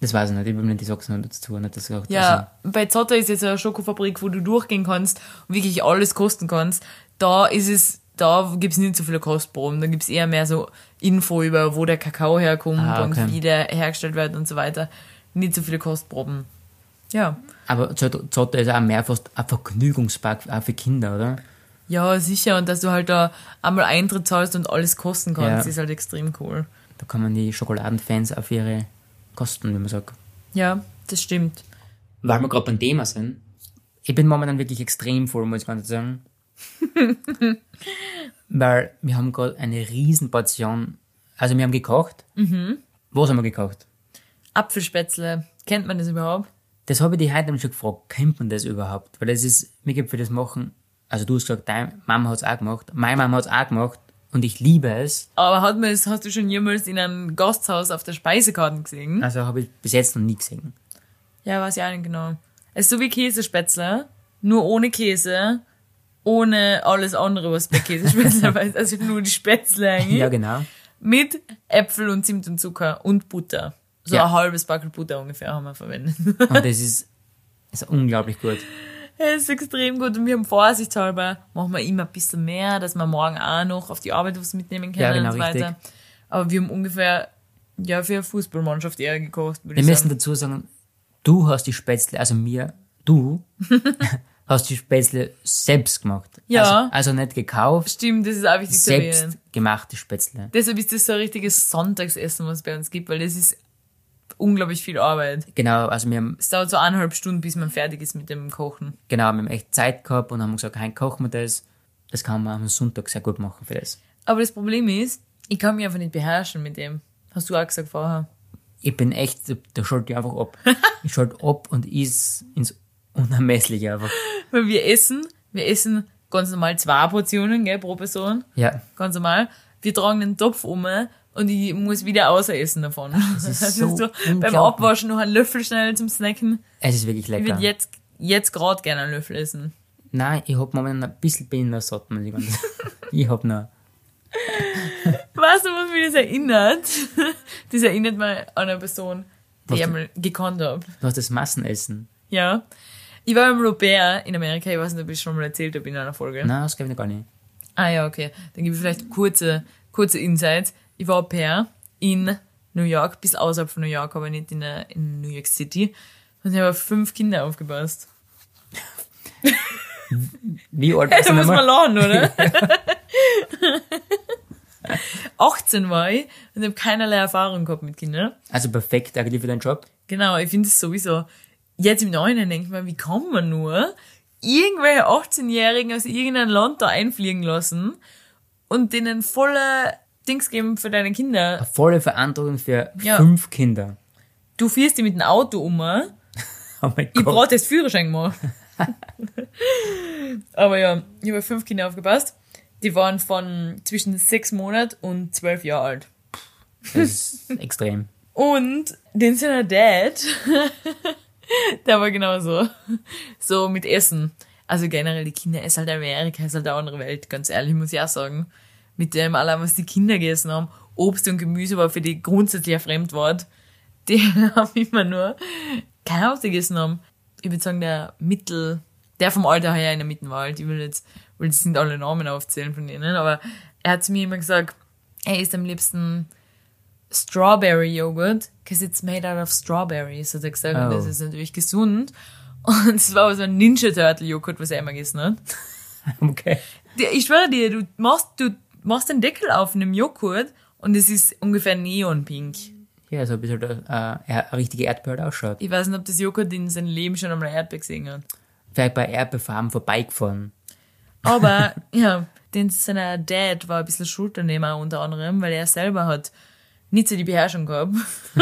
[SPEAKER 3] das weiß ich nicht, ich bin mir nicht die Sachsen dazu, nicht das gesagt.
[SPEAKER 4] Ja, bei Zotter ist jetzt eine Schokofabrik, wo du durchgehen kannst und wirklich alles kosten kannst. Da ist es, da gibt's nicht so viele Kostproben, da gibt's eher mehr so Info über, wo der Kakao herkommt
[SPEAKER 3] Ah, okay.
[SPEAKER 4] und wie der hergestellt wird und so weiter. Nicht so viele Kostproben. Ja.
[SPEAKER 3] Aber Zott- Zotter ist auch mehr fast ein Vergnügungspark auch für Kinder, oder?
[SPEAKER 4] Ja, sicher. Und dass du halt da einmal Eintritt zahlst und alles kosten kannst,
[SPEAKER 3] Ja.
[SPEAKER 4] ist halt extrem cool.
[SPEAKER 3] Da kann man die Schokoladenfans auf ihre Kosten, wie man sagt.
[SPEAKER 4] Ja, das stimmt.
[SPEAKER 3] Weil wir gerade beim Thema sind. Ich bin momentan wirklich extrem voll, muss ich ganz ehrlich sagen. *laughs* Weil wir haben gerade eine riesen Portion, also wir haben gekocht. Mhm. Was haben wir gekocht?
[SPEAKER 4] Apfelspätzle, kennt man das überhaupt?
[SPEAKER 3] Das habe ich die heute schon gefragt, kennt man das überhaupt? Weil das ist, mir gibt für das machen, also du hast gesagt, deine Mama hat's auch gemacht, meine Mama hat's auch gemacht und ich liebe es.
[SPEAKER 4] Aber hat man das, hast du schon jemals in einem Gasthaus auf der Speisekarte gesehen?
[SPEAKER 3] Also habe ich bis jetzt noch nie gesehen.
[SPEAKER 4] Ja, weiß ich auch nicht genau. Es ist so wie Käsespätzle, nur ohne Käse, ohne alles andere, was bei Käsespätzle *laughs* weiß. Also nur die Spätzle eigentlich.
[SPEAKER 3] Ja, genau.
[SPEAKER 4] Mit Äpfel und Zimt und Zucker und Butter. So
[SPEAKER 3] Ja.
[SPEAKER 4] ein halbes Backel Butter ungefähr haben wir verwendet. *laughs*
[SPEAKER 3] Und das ist, ist unglaublich gut.
[SPEAKER 4] Es ist extrem gut und wir haben vorsichtshalber, machen wir immer ein bisschen mehr, dass wir morgen auch noch auf die Arbeit was mitnehmen können
[SPEAKER 3] Ja, genau,
[SPEAKER 4] und so weiter.
[SPEAKER 3] richtig.
[SPEAKER 4] Aber wir haben ungefähr, ja, für eine Fußballmannschaft eher gekocht, würde
[SPEAKER 3] Wir
[SPEAKER 4] ich
[SPEAKER 3] müssen
[SPEAKER 4] sagen.
[SPEAKER 3] dazu sagen, du hast die Spätzle, also mir,
[SPEAKER 4] *laughs*
[SPEAKER 3] du hast die Spätzle selbst gemacht.
[SPEAKER 4] Ja.
[SPEAKER 3] Also, also nicht gekauft,
[SPEAKER 4] Stimmt, das ist auch wichtig zu erwähnen.
[SPEAKER 3] selbst gemachte Spätzle.
[SPEAKER 4] Deshalb ist das so ein richtiges Sonntagsessen, was es bei uns gibt, weil das ist unglaublich viel Arbeit.
[SPEAKER 3] Genau, also wir haben,
[SPEAKER 4] Es dauert so eineinhalb Stunden, bis man fertig ist mit dem Kochen.
[SPEAKER 3] genau, wir haben echt Zeit gehabt und haben gesagt, heim kochen wir das. Das kann man am Sonntag sehr gut machen für das.
[SPEAKER 4] Aber das Problem ist, ich kann mich einfach nicht beherrschen mit dem. Hast du auch gesagt vorher.
[SPEAKER 3] Ich bin echt, da schalte ich einfach
[SPEAKER 4] *laughs*
[SPEAKER 3] ab. ich schalte ab und is ins Unermessliche einfach.
[SPEAKER 4] Weil wir essen, wir essen ganz normal zwei Portionen, gell, pro Person.
[SPEAKER 3] Ja,
[SPEAKER 4] ganz normal. Wir tragen den Topf um äh, und ich muss wieder außer essen davon. *laughs* Das
[SPEAKER 3] ist
[SPEAKER 4] heißt,
[SPEAKER 3] so
[SPEAKER 4] du beim
[SPEAKER 3] unglaublich.
[SPEAKER 4] Abwaschen noch einen Löffel schnell zum Snacken.
[SPEAKER 3] es ist wirklich
[SPEAKER 4] Ich
[SPEAKER 3] lecker.
[SPEAKER 4] würde jetzt, jetzt gerade gerne einen Löffel essen.
[SPEAKER 3] Nein, ich hab momentan ein bisschen bin ich noch satt, muss ich ganz
[SPEAKER 4] *laughs*
[SPEAKER 3] Ich hab noch.
[SPEAKER 4] Weißt du, was mich das erinnert? *laughs* Das erinnert mich an eine Person, die
[SPEAKER 3] Was
[SPEAKER 4] ich
[SPEAKER 3] du-
[SPEAKER 4] einmal gekannt habe.
[SPEAKER 3] Du hast das Massenessen.
[SPEAKER 4] Ja. Ich war im Robert in Amerika, ich weiß nicht, ob ich schon mal erzählt habe in einer Folge.
[SPEAKER 3] Nein, das glaube ich noch gar nicht.
[SPEAKER 4] Ah ja, okay. Dann gebe ich vielleicht kurze, kurze Insights. Ich war Au pair in New York, bis außerhalb von New York, aber nicht in, äh, in New York City. Und ich habe auf fünf
[SPEAKER 3] *laughs*
[SPEAKER 4] Kinder aufgepasst.
[SPEAKER 3] Wie
[SPEAKER 4] *laughs*
[SPEAKER 3] alt
[SPEAKER 4] Da
[SPEAKER 3] bist du
[SPEAKER 4] muss man
[SPEAKER 3] nochmal?
[SPEAKER 4] lachen, oder?
[SPEAKER 3] *laughs*
[SPEAKER 4] *laughs* 18 war ich und habe keinerlei Erfahrung gehabt mit Kindern.
[SPEAKER 3] Also perfekt eigentlich für deinen Job.
[SPEAKER 4] Genau, ich finde es sowieso. Jetzt im Neuen denkt man, wie kann man nur irgendwelche 18-Jährigen aus irgendeinem Land da einfliegen lassen und denen volle Dings geben für deine Kinder?
[SPEAKER 3] Volle Verantwortung für
[SPEAKER 4] Ja.
[SPEAKER 3] fünf Kinder. *laughs*
[SPEAKER 4] Du fährst die mit dem Auto um. Ich
[SPEAKER 3] Oh mein Gott.
[SPEAKER 4] brauche das Führerschein gemacht. *laughs* Aber ja, ich habe auf fünf Kinder aufgepasst. Die waren von zwischen sechs Monat und zwölf Jahre alt.
[SPEAKER 3] das ist
[SPEAKER 4] *laughs*
[SPEAKER 3] extrem.
[SPEAKER 4] Und den seiner Dad, *laughs* der war genauso. So mit Essen. Also generell, die Kinder ist halt Amerika, ist halt eine andere Welt, ganz ehrlich, muss ich auch sagen. Mit dem allem, was die Kinder gegessen haben. Obst und Gemüse war für die grundsätzlich ein Fremdwort. *laughs* Die haben immer nur keine Ahnung, was die gegessen haben. Ich würde sagen, der Mittel, der vom Alter her in der Mitte war halt. Ich will jetzt, will jetzt nicht alle Namen aufzählen von denen, aber er hat zu mir immer gesagt, er isst am liebsten Strawberry Joghurt, because it's made out of strawberries, hat er gesagt, und
[SPEAKER 3] Oh.
[SPEAKER 4] das ist natürlich gesund. *laughs* Und es war aber so ein Ninja Turtle Joghurt, was er immer gegessen hat.
[SPEAKER 3] Okay.
[SPEAKER 4] Der- Ich schwöre dir, du machst, du machst den Deckel auf einem Joghurt und es ist ungefähr neonpink.
[SPEAKER 3] Ja, so ein bisschen äh, eine richtige Erdbeere halt ausschaut.
[SPEAKER 4] Ich weiß nicht, ob das Joghurt in seinem Leben schon einmal eine Erdbeer gesehen hat.
[SPEAKER 3] Vielleicht bei Erdbeerfarben vorbeigefahren.
[SPEAKER 4] Aber ja, den seiner Dad war ein bisschen schuld daneben auch unter anderem, weil er selber hat nicht so die Beherrschung gehabt. *laughs*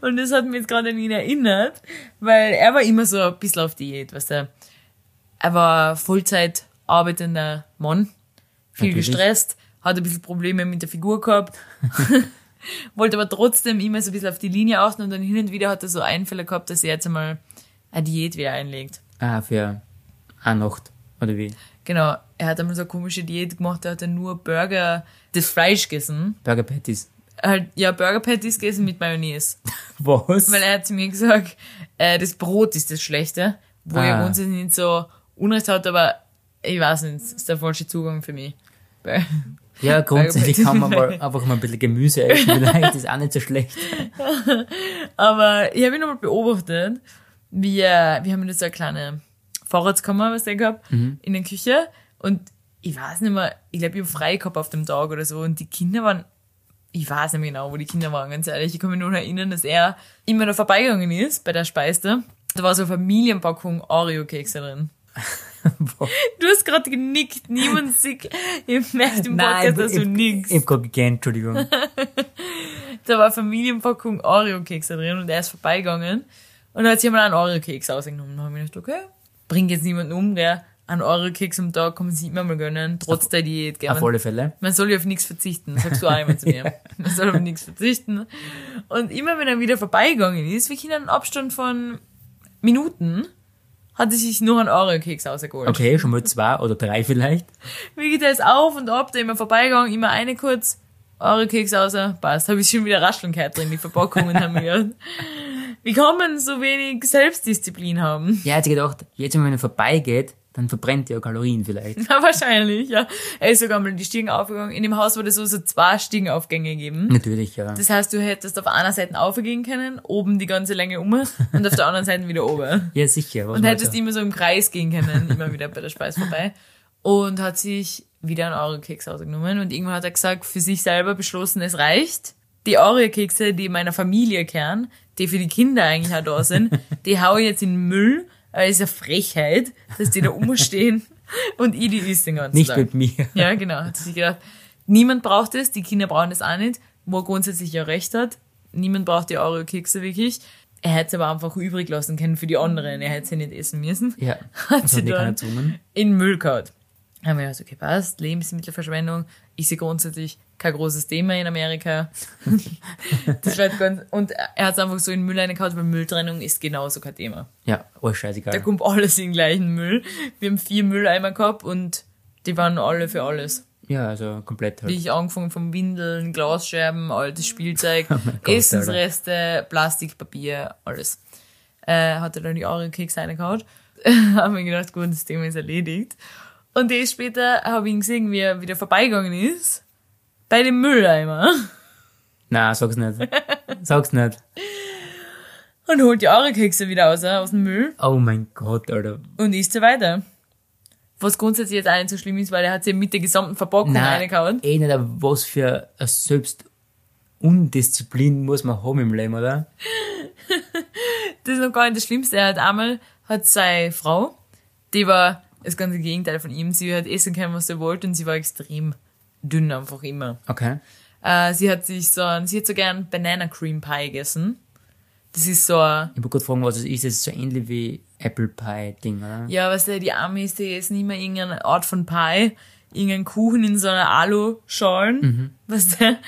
[SPEAKER 4] Und das hat mich jetzt gerade an ihn erinnert, weil er war immer so ein bisschen auf Diät, weißt du. Er war Vollzeit arbeitender Mann, viel
[SPEAKER 3] Natürlich.
[SPEAKER 4] gestresst, hat ein bisschen Probleme mit der Figur gehabt, *laughs* wollte aber trotzdem immer so ein bisschen auf die Linie achten und dann hin und wieder hat er so Einfälle gehabt, dass er jetzt einmal eine Diät wieder einlegt.
[SPEAKER 3] Ah, für eine Nacht. Oder wie?
[SPEAKER 4] Genau, er hat einmal so eine komische Diät gemacht, da hat er nur Burger, das Fleisch gegessen.
[SPEAKER 3] Burger Patties.
[SPEAKER 4] Halt, ja, Burger Patties gegessen mit Mayonnaise.
[SPEAKER 3] Was?
[SPEAKER 4] Weil er hat zu mir gesagt, äh, das Brot ist das Schlechte, wo er
[SPEAKER 3] Ah.
[SPEAKER 4] grundsätzlich nicht so Unrecht hat, aber ich weiß nicht, das ist der falsche Zugang für mich. Weil-
[SPEAKER 3] Ja, grundsätzlich
[SPEAKER 4] Burger
[SPEAKER 3] kann man mal
[SPEAKER 4] Patties.
[SPEAKER 3] einfach mal ein bisschen Gemüse
[SPEAKER 4] *laughs*
[SPEAKER 3] essen. Vielleicht ist auch nicht so schlecht.
[SPEAKER 4] Aber ich habe ihn nochmal beobachtet, wie er, wir haben jetzt so eine kleine Vorratskammer, was der gehabt, in der Küche und ich weiß nicht mehr, ich glaube, ich habe frei gehabt auf dem Tag oder so und die Kinder waren, ich weiß nicht mehr genau, wo die Kinder waren, ganz ehrlich. Ich kann mich nur noch erinnern, dass er immer da vorbeigegangen ist bei der Speiste. Da war so eine Familienpackung Oreo-Kekse drin. *laughs* Du hast gerade genickt, niemand sieht, ihr merkt im Podcast, dass du
[SPEAKER 3] ich,
[SPEAKER 4] nickst.
[SPEAKER 3] ich hab grad gekannt,
[SPEAKER 4] *laughs*
[SPEAKER 3] Entschuldigung.
[SPEAKER 4] Da war Familienpackung Oreo-Kekse drin und er ist vorbeigegangen und hat sich einmal einen Oreo-Keks ausgenommen. Da hab ich gedacht, okay, bringt jetzt niemanden um, gell? Einen Oreo-Keks am Tag kann man sich immer mal gönnen, trotz der Diät, gell?
[SPEAKER 3] Auf alle Fälle.
[SPEAKER 4] Man soll ja auf nichts verzichten, sagst du auch immer zu mir. *laughs* Man soll auf nichts verzichten. Und immer wenn er wieder vorbeigegangen ist, wirklich in einem Abstand von Minuten, hat er sich nur einen Oreo-Keks rausgeholt.
[SPEAKER 3] Okay, schon mal zwei oder drei vielleicht.
[SPEAKER 4] Wie geht das auf und ab, da immer vorbeigegangen, immer eine kurz, eure Kekse außer, passt. Habe ich schon wieder Rascheln gehört drin, die Verpackung und haben mir gedacht, wie kann man so wenig Selbstdisziplin haben? *laughs*
[SPEAKER 3] Ja, jetzt gedacht, jetzt wenn man vorbeigeht, dann verbrennt er ja Kalorien
[SPEAKER 4] *laughs*
[SPEAKER 3] vielleicht.
[SPEAKER 4] Ja, wahrscheinlich, ja. Er ist sogar mal die Stiegen aufgegangen. In dem Haus wurde so, so zwei Stiegenaufgänge geben.
[SPEAKER 3] Natürlich, ja.
[SPEAKER 4] Das heißt, du hättest auf einer Seite aufgehen können, oben die ganze Länge um und auf der anderen Seite wieder oben.
[SPEAKER 3] Ja, sicher. Was
[SPEAKER 4] Und
[SPEAKER 3] man
[SPEAKER 4] hättest
[SPEAKER 3] so-
[SPEAKER 4] immer so im Kreis gehen
[SPEAKER 3] *laughs*
[SPEAKER 4] können, immer wieder bei der Speis vorbei. Und hat sich wieder einen Oreo-Keks ausgenommen und irgendwann hat er gesagt, für sich selber beschlossen, es reicht. Die Oreo-Kekse, die meiner Familie kehren, die für die Kinder eigentlich auch
[SPEAKER 3] *laughs*
[SPEAKER 4] da sind, die hau ich jetzt in den Müll, weil es ist eine Frechheit, dass die da umstehen *laughs* und ich die isst den ganzen
[SPEAKER 3] Nicht
[SPEAKER 4] Tag.
[SPEAKER 3] mit mir.
[SPEAKER 4] Ja, genau. Hat sich gedacht, niemand braucht es, die Kinder brauchen es auch nicht, wo er grundsätzlich ja recht hat. Niemand braucht die Oreo-Kekse wirklich. Er hätte es aber einfach übrig lassen können für die anderen. Er hätte sie nicht essen müssen.
[SPEAKER 3] *laughs* Ja,
[SPEAKER 4] *laughs*
[SPEAKER 3] Also
[SPEAKER 4] Hat
[SPEAKER 3] das
[SPEAKER 4] sie
[SPEAKER 3] hat mir keiner
[SPEAKER 4] dann
[SPEAKER 3] gezwungen.
[SPEAKER 4] in den Müll gehauen. Haben wir gesagt, okay, passt. Lebensmittelverschwendung ist ja grundsätzlich kein großes Thema
[SPEAKER 3] *laughs*
[SPEAKER 4] in Amerika. das war ganz, und er hat es einfach so in den Müll reingehauen, weil Mülltrennung ist genauso kein Thema.
[SPEAKER 3] Ja, alles scheißegal.
[SPEAKER 4] Da kommt alles in den gleichen Müll. Wir haben vier Mülleimer gehabt und die waren alle für alles.
[SPEAKER 3] Ja, also komplett halt.
[SPEAKER 4] Wirklich angefangen von Windeln, Glasscherben, altes Spielzeug,
[SPEAKER 3] mein Gott,
[SPEAKER 4] Essensreste, Plastik, Papier, alles. äh, hat er dann die Oreo-Kekse *laughs* reingehauen. haben wir gedacht, gut, das Thema ist erledigt. Und die später habe ich ihn gesehen, wie er wieder vorbeigegangen ist. Bei dem Mülleimer. *laughs*
[SPEAKER 3] Na, sag's nicht. Sag's nicht.
[SPEAKER 4] Und holt die Oreo-Kekse wieder raus, äh, aus dem Müll.
[SPEAKER 3] Oh mein Gott, Alter.
[SPEAKER 4] Und isst sie weiter. Was grundsätzlich jetzt auch nicht so schlimm ist, weil er hat sie mit der gesamten Verpackung reingehauen.
[SPEAKER 3] eh nicht, aber was für eine Selbstundisziplin muss man haben im Leben, oder?
[SPEAKER 4] Das ist noch gar nicht das Schlimmste. Er hat einmal, hat seine Frau, die war das ganze Gegenteil von ihm. Sie hat essen können, was sie wollte und sie war extrem dünn einfach immer.
[SPEAKER 3] Okay.
[SPEAKER 4] Äh, sie hat sich so, ein- sie hat so gern Banana Cream Pie gegessen. Das ist so, ein-
[SPEAKER 3] Ich wollte gerade fragen, was es ist. Es ist so ähnlich wie Apple Pie-Ding, oder?
[SPEAKER 4] ja, weißt du, die Amis, die essen immer irgendeine Art von Pie, irgendeinen Kuchen in so einer Alu-Schalen, weißt du.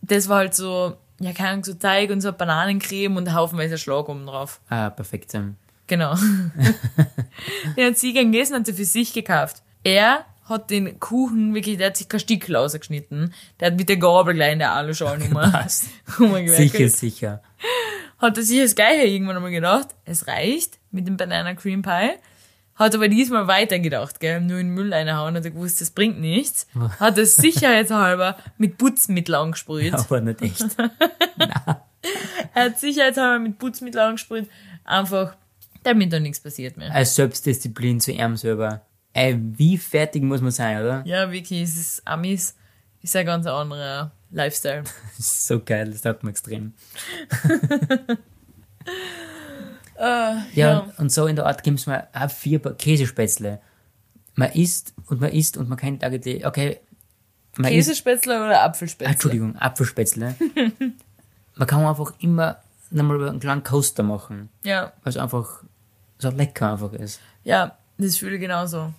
[SPEAKER 4] Das war halt so, ja, keine Ahnung, so Teig und so Bananencreme und haufenweise Schlag oben drauf.
[SPEAKER 3] Ah, perfekt. ähm.
[SPEAKER 4] Genau. den hat sie gern gegessen, hat sie für sich gekauft. Er hat den Kuchen wirklich, der hat sich kein Stickel ausgeschnitten. Der hat mit der Gabel gleich in der Aluschale nochmal. *laughs*
[SPEAKER 3] Passt. Sicher,
[SPEAKER 4] Sicher.
[SPEAKER 3] sicher.
[SPEAKER 4] Hat er sich das Gleiche irgendwann einmal gedacht, es reicht mit dem Banana Cream Pie. Hat aber diesmal weitergedacht, gell, nur in den Müll reinhauen, hat er gewusst, das bringt nichts. Hat es sicherheitshalber mit Putzmittel angesprüht.
[SPEAKER 3] Aber nicht echt.
[SPEAKER 4] Er hat sicherheitshalber mit Putzmittel angesprüht, einfach, damit da nichts passiert mehr.
[SPEAKER 3] Als Selbstdisziplin zu ihm selber. Ey, wie fertig muss man sein, oder?
[SPEAKER 4] Ja, wirklich, es ist Amis, ist ein ganz anderer Lifestyle.
[SPEAKER 3] Das ist so geil, das taugt mir extrem. Ja,
[SPEAKER 4] Äh, ja.
[SPEAKER 3] und so in der Art gibt's mal auch vier Pa- Käsespätzle. Man isst und man isst und man kennt eigentlich, okay, man isst,
[SPEAKER 4] Käsespätzle oder
[SPEAKER 3] Ah,
[SPEAKER 4] Apfelspätzle?
[SPEAKER 3] Entschuldigung,
[SPEAKER 4] *laughs*
[SPEAKER 3] Apfelspätzle. man kann einfach immer nochmal einen kleinen Coaster machen,
[SPEAKER 4] Ja,
[SPEAKER 3] weil es einfach so lecker einfach ist.
[SPEAKER 4] ja, das fühle ich genauso.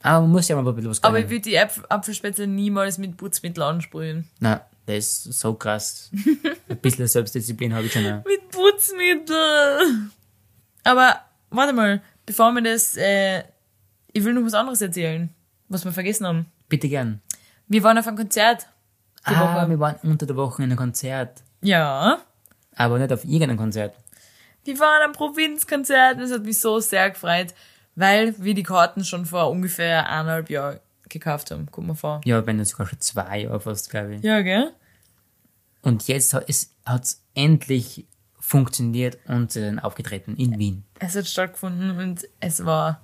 [SPEAKER 3] Aber man muss ja mal ein bisschen was
[SPEAKER 4] Aber ich
[SPEAKER 3] können.
[SPEAKER 4] würde die Apf Apfelspätzle niemals mit Putzmittel ansprühen.
[SPEAKER 3] Nein, das ist so
[SPEAKER 4] *laughs*
[SPEAKER 3] krass. ein bisschen Selbstdisziplin habe ich schon. Auch.
[SPEAKER 4] Mit Putzmittel! Aber warte mal, bevor wir das, äh, ich will noch was anderes erzählen, was wir vergessen haben.
[SPEAKER 3] Bitte gern.
[SPEAKER 4] Wir waren auf einem Konzert. Die
[SPEAKER 3] ah,
[SPEAKER 4] Woche.
[SPEAKER 3] wir waren unter der Woche in einem Konzert.
[SPEAKER 4] Ja.
[SPEAKER 3] Aber nicht auf irgendeinem Konzert.
[SPEAKER 4] Die waren am Provinzkonzert und es hat mich so sehr gefreut, weil wir die Karten schon vor ungefähr eineinhalb Jahren gekauft haben. Guck mal vor.
[SPEAKER 3] Ja, wenn das sogar schon zwei Jahre fast, glaube ich.
[SPEAKER 4] Ja, gell?
[SPEAKER 3] Und jetzt hat es hat's endlich funktioniert und sie sind aufgetreten in Wien.
[SPEAKER 4] Es hat stattgefunden und es war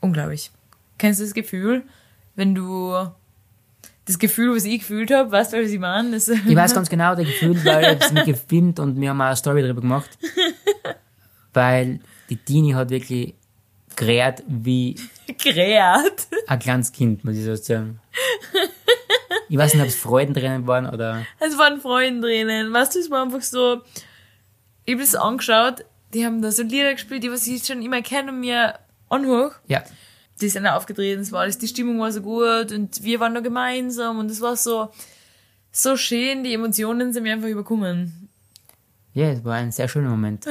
[SPEAKER 4] unglaublich. Kennst du das Gefühl, wenn du das Gefühl, was ich gefühlt habe, weißt du, was ich meine? Das,
[SPEAKER 3] Ich weiß ganz genau das Gefühl, weil ich habe es gefilmt und wir haben auch eine Story darüber gemacht. Weil die Tini hat wirklich gerät wie
[SPEAKER 4] *laughs* gerät.
[SPEAKER 3] ein kleines Kind, muss ich so sagen. Ich weiß nicht, ob es Freudentränen waren oder...
[SPEAKER 4] Es waren Freundrinnen. Weißt du, es war einfach so, ich habe das angeschaut, die haben da so Lieder gespielt, die was ich schon immer kenne und mir anhoch.
[SPEAKER 3] Ja,
[SPEAKER 4] die sind auch aufgetreten, es war alles, die Stimmung war so gut und wir waren da gemeinsam und es war so, so schön, die Emotionen sind mir einfach überkommen. *laughs*
[SPEAKER 3] ja es war ein sehr schöner Moment.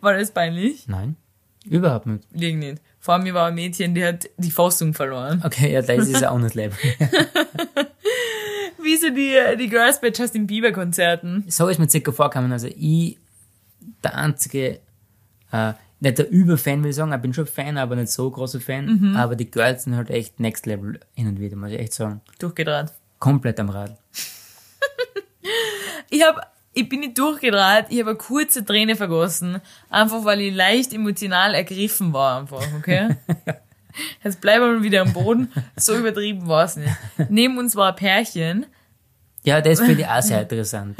[SPEAKER 4] War das peinlich?
[SPEAKER 3] Nein, überhaupt nicht.
[SPEAKER 4] Liegen nicht. Vor mir war ein Mädchen, die hat die Fassung verloren. *laughs*
[SPEAKER 3] Okay, ja, das ist ja auch nicht leben.
[SPEAKER 4] Wie so die, die Girls bei Justin Bieber Konzerten.
[SPEAKER 3] so ist mir circa vorgekommen. Also ich, der einzige, äh, nicht der Überfan, will ich sagen, ich bin schon Fan, aber nicht so großer Fan.
[SPEAKER 4] Mhm.
[SPEAKER 3] Aber die Girls sind halt echt Next Level hin und wieder, muss ich echt sagen.
[SPEAKER 4] Durchgedraht.
[SPEAKER 3] Komplett am Rad.
[SPEAKER 4] Ich hab, ich bin nicht durchgedraht, ich habe eine kurze Träne vergossen. Einfach weil ich leicht emotional ergriffen war einfach, okay? Jetzt bleiben wir wieder am Boden. So übertrieben war es nicht. Neben uns war ein Pärchen,
[SPEAKER 3] Ja, das finde ich auch
[SPEAKER 4] *laughs*
[SPEAKER 3] sehr interessant.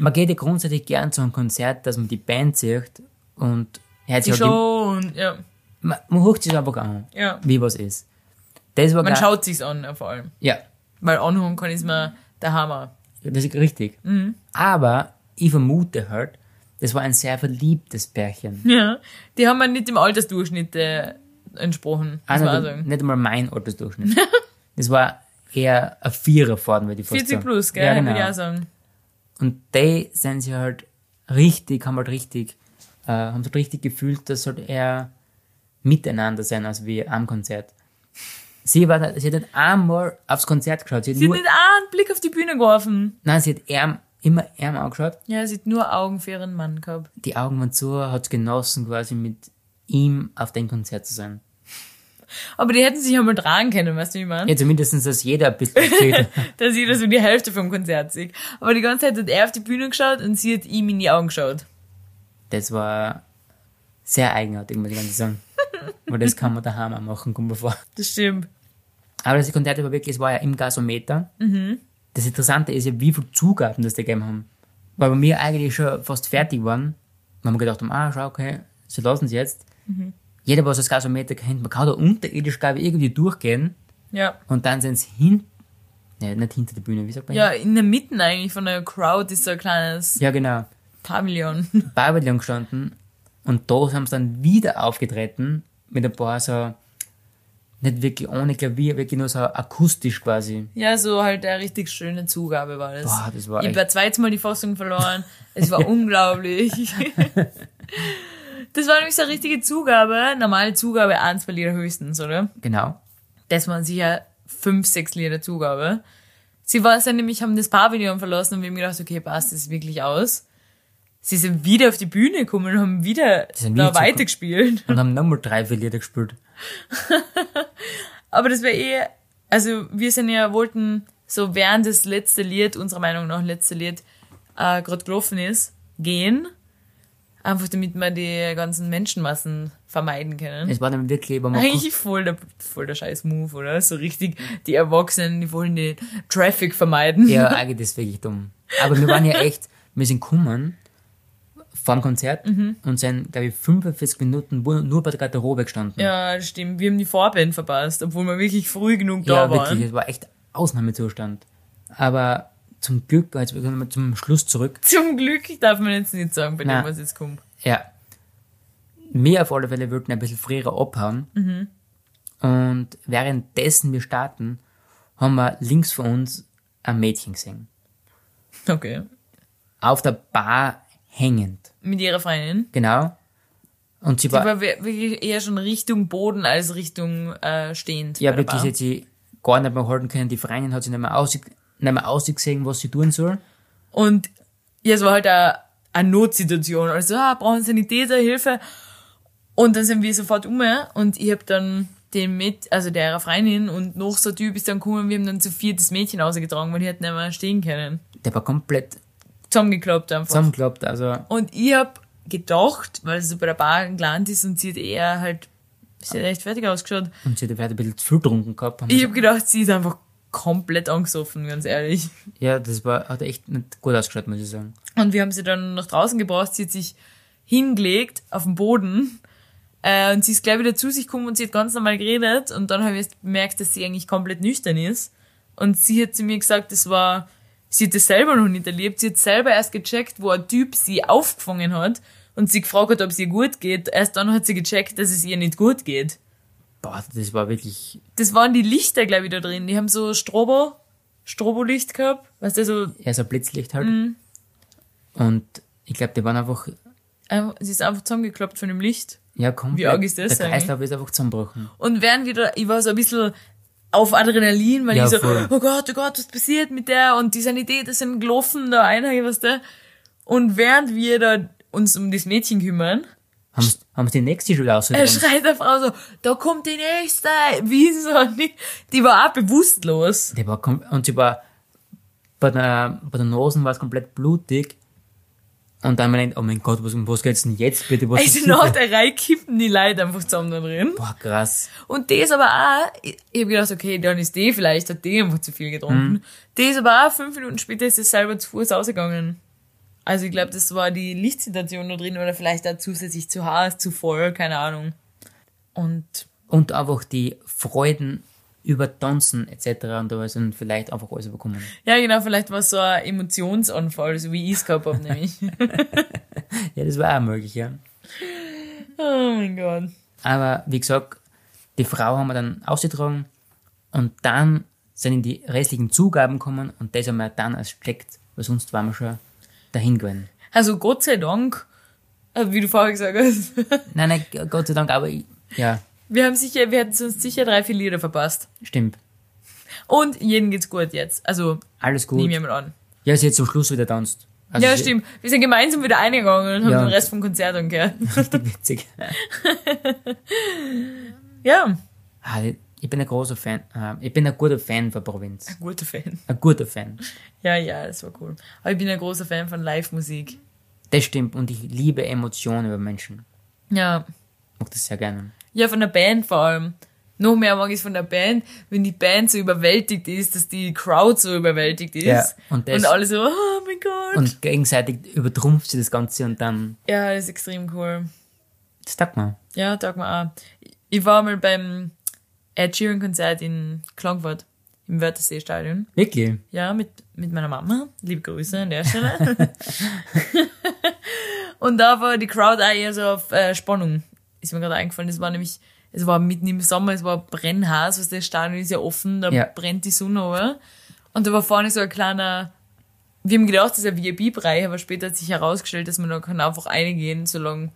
[SPEAKER 3] Man geht ja grundsätzlich gern zu einem Konzert, dass man die Band sieht und hört
[SPEAKER 4] die
[SPEAKER 3] sich halt
[SPEAKER 4] Show und ja.
[SPEAKER 3] die, man, man hört sich einfach an,
[SPEAKER 4] Ja.
[SPEAKER 3] wie was ist. Das war
[SPEAKER 4] Man
[SPEAKER 3] geil.
[SPEAKER 4] schaut sich's an, ja, vor allem.
[SPEAKER 3] Ja,
[SPEAKER 4] Weil anhören kann ist mir der Hammer.
[SPEAKER 3] Das ist richtig.
[SPEAKER 4] Mhm.
[SPEAKER 3] Aber ich vermute halt, das war ein sehr verliebtes Pärchen.
[SPEAKER 4] Ja. Die haben mir nicht dem Altersdurchschnitt äh, entsprochen. Muss man auch
[SPEAKER 3] Einer,
[SPEAKER 4] sagen.
[SPEAKER 3] nicht einmal mein Altersdurchschnitt. *laughs* das war eher ein Vierer vorne, würde ich fast
[SPEAKER 4] 40
[SPEAKER 3] sagen.
[SPEAKER 4] plus, gell?
[SPEAKER 3] Ja,
[SPEAKER 4] Würde ich auch
[SPEAKER 3] genau.
[SPEAKER 4] sagen.
[SPEAKER 3] Und die sind sie halt richtig, haben halt richtig, äh, haben halt richtig gefühlt, dass halt eher miteinander sein als wir am Konzert. Sie, war, sie hat nicht einmal aufs Konzert geschaut. Sie hat
[SPEAKER 4] Die
[SPEAKER 3] nur,
[SPEAKER 4] hat nicht auch einen Blick auf die Bühne geworfen.
[SPEAKER 3] nein, sie hat eher immer ärmer angeschaut.
[SPEAKER 4] Ja, sie hat nur Augen für ihren Mann gehabt.
[SPEAKER 3] Die Augen waren zu, hat genossen, quasi mit ihm auf dem Konzert zu sein.
[SPEAKER 4] Aber die hätten sich ja mal tragen können, weißt du, wie ich meine?
[SPEAKER 3] Ja, zumindest, dass jeder ein
[SPEAKER 4] *laughs*
[SPEAKER 3] bisschen erzählt.
[SPEAKER 4] Dass jeder so die Hälfte vom Konzert sieht. Aber die ganze Zeit hat er auf die Bühne geschaut und sie hat ihm in die Augen geschaut.
[SPEAKER 3] Das war sehr eigenartig, muss ich ganz sagen. Aber das kann man daheim auch machen, kommt mir vor.
[SPEAKER 4] Das stimmt.
[SPEAKER 3] Aber das Konzert war wirklich, es war ja im Gasometer. Das Interessante ist ja, wie viel Zugaben das die gegeben haben. Weil bei mir eigentlich schon fast fertig waren, haben wir gedacht, haben, ah, schau, okay, sie lassen es jetzt. Jeder, was das Gasometer kennt, man kann da unterirdisch, glaube ich, irgendwie durchgehen
[SPEAKER 4] Ja.
[SPEAKER 3] und dann sind sie hin, ne, nicht hinter der Bühne, wie sagt man?
[SPEAKER 4] Ja, in der Mitte eigentlich von der Crowd ist so ein kleines
[SPEAKER 3] ja genau,
[SPEAKER 4] Pavillon.
[SPEAKER 3] Pavillon gestanden und da haben sie dann wieder aufgetreten mit ein paar so, nicht wirklich ohne Klavier, wirklich nur so akustisch quasi.
[SPEAKER 4] Ja, so halt eine richtig schöne Zugabe war das.
[SPEAKER 3] Boah, das war
[SPEAKER 4] ich
[SPEAKER 3] echt-
[SPEAKER 4] habe zweites Mal die Fassung verloren.
[SPEAKER 3] *laughs*
[SPEAKER 4] Es war unglaublich. Das war nämlich so eine richtige Zugabe. Normale Zugabe, eins bei Lieder höchstens, oder?
[SPEAKER 3] Genau.
[SPEAKER 4] Das waren sicher fünf, sechs Lieder Zugabe. Sie war es dann nämlich, haben das Pavillon verlassen und wir haben gedacht, okay, passt das wirklich aus. Sie sind wieder auf die Bühne gekommen und haben wieder
[SPEAKER 3] sind wieder
[SPEAKER 4] da
[SPEAKER 3] zugekommen.
[SPEAKER 4] weitergespielt.
[SPEAKER 3] Und haben nochmal drei, vier Lieder gespielt.
[SPEAKER 4] Aber das wäre eh, also wir sind ja, wollten so während das letzte Lied, unserer Meinung nach letzte Lied, äh, gerade gelaufen ist, gehen. Einfach damit wir die ganzen Menschenmassen vermeiden können.
[SPEAKER 3] Es war dann wirklich, wenn man
[SPEAKER 4] Eigentlich voll der, voll der scheiß Move, oder? So richtig, die Erwachsenen, die wollen den Traffic vermeiden.
[SPEAKER 3] Ja, eigentlich das ist wirklich dumm. Aber wir waren ja echt, wir sind gekommen vor dem Konzert
[SPEAKER 4] Mhm.
[SPEAKER 3] und sind, glaube ich, 45 Minuten bu- nur bei der Garderobe gestanden.
[SPEAKER 4] Ja, das stimmt. Wir haben die Vorband verpasst, obwohl wir wirklich früh genug da
[SPEAKER 3] Ja,
[SPEAKER 4] waren.
[SPEAKER 3] wirklich, es war echt Ausnahmezustand. Aber zum Glück, jetzt kommen wir nochmal zum Schluss zurück.
[SPEAKER 4] Zum Glück darf man jetzt nicht sagen, bei
[SPEAKER 3] Nein.
[SPEAKER 4] dem, was jetzt kommt.
[SPEAKER 3] Ja. Wir auf alle Fälle würden ein bisschen früher abhauen. Und währenddessen wir starten, haben wir links von uns ein Mädchen gesehen.
[SPEAKER 4] Okay.
[SPEAKER 3] Auf der Bar hängend.
[SPEAKER 4] Mit ihrer Freundin.
[SPEAKER 3] Genau. Und sie
[SPEAKER 4] Die
[SPEAKER 3] war
[SPEAKER 4] war wir- wirklich eher schon Richtung Boden als Richtung äh, stehend.
[SPEAKER 3] Ja,
[SPEAKER 4] bei der
[SPEAKER 3] wirklich, sie
[SPEAKER 4] Bar.
[SPEAKER 3] hat sie gar nicht mehr halten können. Die Freundin hat sie nicht mehr, ausge nicht mehr ausgesehen, was sie tun soll.
[SPEAKER 4] Und ja, es war halt eine, eine Notsituation. Also, ah, brauchen Sanitäter, Hilfe. Und dann sind wir sofort um und ich hab dann den mit, also der ihrer Freundin und noch so ein Typ ist dann gekommen, wir haben dann zu viert das Mädchen rausgetragen, weil die hätten nicht mehr stehen können.
[SPEAKER 3] Der war komplett
[SPEAKER 4] Zusammengeklappt einfach.
[SPEAKER 3] zusammengeklappt. Also,
[SPEAKER 4] Und ich hab gedacht, weil sie so bei der Bar gelandet ist und sie hat eher halt, sie hat echt fertig ausgeschaut.
[SPEAKER 3] und sie hat vielleicht ein bisschen zu viel getrunken gehabt. Haben wir
[SPEAKER 4] Ich hab gedacht, sie ist einfach komplett angesoffen, ganz ehrlich.
[SPEAKER 3] gesagt. ja, das war, hat echt nicht gut ausgeschaut, muss ich sagen.
[SPEAKER 4] Und wir haben sie dann nach draußen gebracht. Sie hat sich hingelegt auf den Boden. Äh, und sie ist gleich wieder zu sich gekommen und sie hat ganz normal geredet. Und dann habe ich erst bemerkt, dass sie eigentlich komplett nüchtern ist. Und sie hat zu mir gesagt, das war, sie hat das selber noch nicht erlebt. Sie hat selber erst gecheckt, wo ein Typ sie aufgefangen hat und sie gefragt hat, ob es ihr gut geht. Erst dann hat sie gecheckt, dass es ihr nicht gut geht.
[SPEAKER 3] Boah, das war wirklich,
[SPEAKER 4] Das waren die Lichter, glaube ich, da drin. Die haben so Strobo, Strobolicht gehabt. Weißt du, so
[SPEAKER 3] ja, so ein Blitzlicht halt.
[SPEAKER 4] Mhm.
[SPEAKER 3] Und ich glaube, die waren einfach,
[SPEAKER 4] einfach, ähm, sie ist einfach zusammengeklappt von dem Licht.
[SPEAKER 3] ja, komplett.
[SPEAKER 4] Wie arg ist das
[SPEAKER 3] Der Kreislauf ist einfach zusammenbrochen.
[SPEAKER 4] Und während wieder, ich war so ein bisschen auf Adrenalin, weil
[SPEAKER 3] Ja,
[SPEAKER 4] ich so,
[SPEAKER 3] voll.
[SPEAKER 4] oh Gott, oh Gott, was passiert mit der? Und die Sanität, das sind gelaufen, da einer, was der. Und während wir da uns um das Mädchen kümmern,
[SPEAKER 3] Haben sie, haben sie die nächste Schule
[SPEAKER 4] er
[SPEAKER 3] ausgegangen?
[SPEAKER 4] schreit der Frau so, da kommt die nächste, wie ist es nicht? Die war auch bewusstlos.
[SPEAKER 3] Die war, kom- und sie war, bei der, bei der Nase war es komplett blutig. Und dann meine ich, oh mein Gott, was, um was geht's denn jetzt bitte? Was
[SPEAKER 4] Also
[SPEAKER 3] ist
[SPEAKER 4] nach
[SPEAKER 3] das?
[SPEAKER 4] der Reihe kippen die Leute einfach zusammen da drin.
[SPEAKER 3] Boah, krass.
[SPEAKER 4] Und das aber auch, ich, ich hab gedacht, okay, dann ist die vielleicht, hat die einfach zu viel getrunken. Das aber auch, fünf Minuten später ist es selber zu Fuß ausgegangen. Also ich glaube, das war die Lichtsituation da drin oder vielleicht auch zusätzlich zu heiß, zu voll, keine Ahnung. Und
[SPEAKER 3] Und einfach die Freuden über Tanzen etc. und da sind vielleicht einfach alles überkommen.
[SPEAKER 4] ja, genau, vielleicht war es so ein Emotionsanfall, so wie ich es gehabt habe, nämlich. *laughs*
[SPEAKER 3] Ja, das war auch möglich, ja.
[SPEAKER 4] Oh mein Gott.
[SPEAKER 3] Aber wie gesagt, die Frau haben wir dann ausgetragen und dann sind in die restlichen Zugaben gekommen und das haben wir dann erst gecheckt, weil sonst waren wir schon dahin gewesen.
[SPEAKER 4] Also Gott sei Dank, äh, wie du vorher gesagt hast, *laughs*
[SPEAKER 3] Nein, nein, G- Gott sei Dank, aber ich, ja,
[SPEAKER 4] wir haben sicher, wir hätten sonst sicher drei, vier Lieder verpasst.
[SPEAKER 3] stimmt.
[SPEAKER 4] Und jedem geht's gut jetzt. Also,
[SPEAKER 3] Alles
[SPEAKER 4] nehmen
[SPEAKER 3] gut.
[SPEAKER 4] wir mal an.
[SPEAKER 3] Ja, sie hat zum Schluss wieder tanzt. Also
[SPEAKER 4] ja,
[SPEAKER 3] sie- *laughs*
[SPEAKER 4] stimmt. Wir sind gemeinsam wieder eingegangen und haben
[SPEAKER 3] Ja.
[SPEAKER 4] den Rest vom Konzert angehört. *laughs*
[SPEAKER 3] Richtig witzig.
[SPEAKER 4] Ja,
[SPEAKER 3] Ah, Ich bin ein großer Fan. ah, Ich bin ein guter Fan von Provinz.
[SPEAKER 4] guter Fan.
[SPEAKER 3] Ein guter Fan.
[SPEAKER 4] Ja, ja, das war cool. Aber ich bin ein großer Fan von Live-Musik.
[SPEAKER 3] Das stimmt. Und ich liebe Emotionen über Menschen.
[SPEAKER 4] Ja.
[SPEAKER 3] Ich mag das sehr gerne.
[SPEAKER 4] Ja, von der Band vor allem. Noch mehr mag ich es von der Band, wenn die Band so überwältigt ist, dass die Crowd so überwältigt ist.
[SPEAKER 3] Ja, und das-
[SPEAKER 4] und alle so, oh mein Gott.
[SPEAKER 3] Und gegenseitig übertrumpft sie das Ganze und dann.
[SPEAKER 4] ja, das ist extrem cool.
[SPEAKER 3] Das sagt man.
[SPEAKER 4] Ja, sag mal auch. Ich war mal beim Ed Sheeran Konzert in Klangwort im Wörthersee-Stadion.
[SPEAKER 3] Wirklich.
[SPEAKER 4] Ja, mit, mit meiner Mama. Liebe Grüße an der Stelle. und da war die Crowd auch eher so auf äh, Spannung. Ist mir gerade eingefallen. Es war nämlich, es war mitten im Sommer, es war brennhaß, was das Stadion ist ja offen, da
[SPEAKER 3] Ja.
[SPEAKER 4] brennt die Sonne runter. Und da war vorne so ein kleiner, wir haben gedacht, das ist ein VIP-Bereich, aber später hat sich herausgestellt, dass man da kann einfach reingehen, solange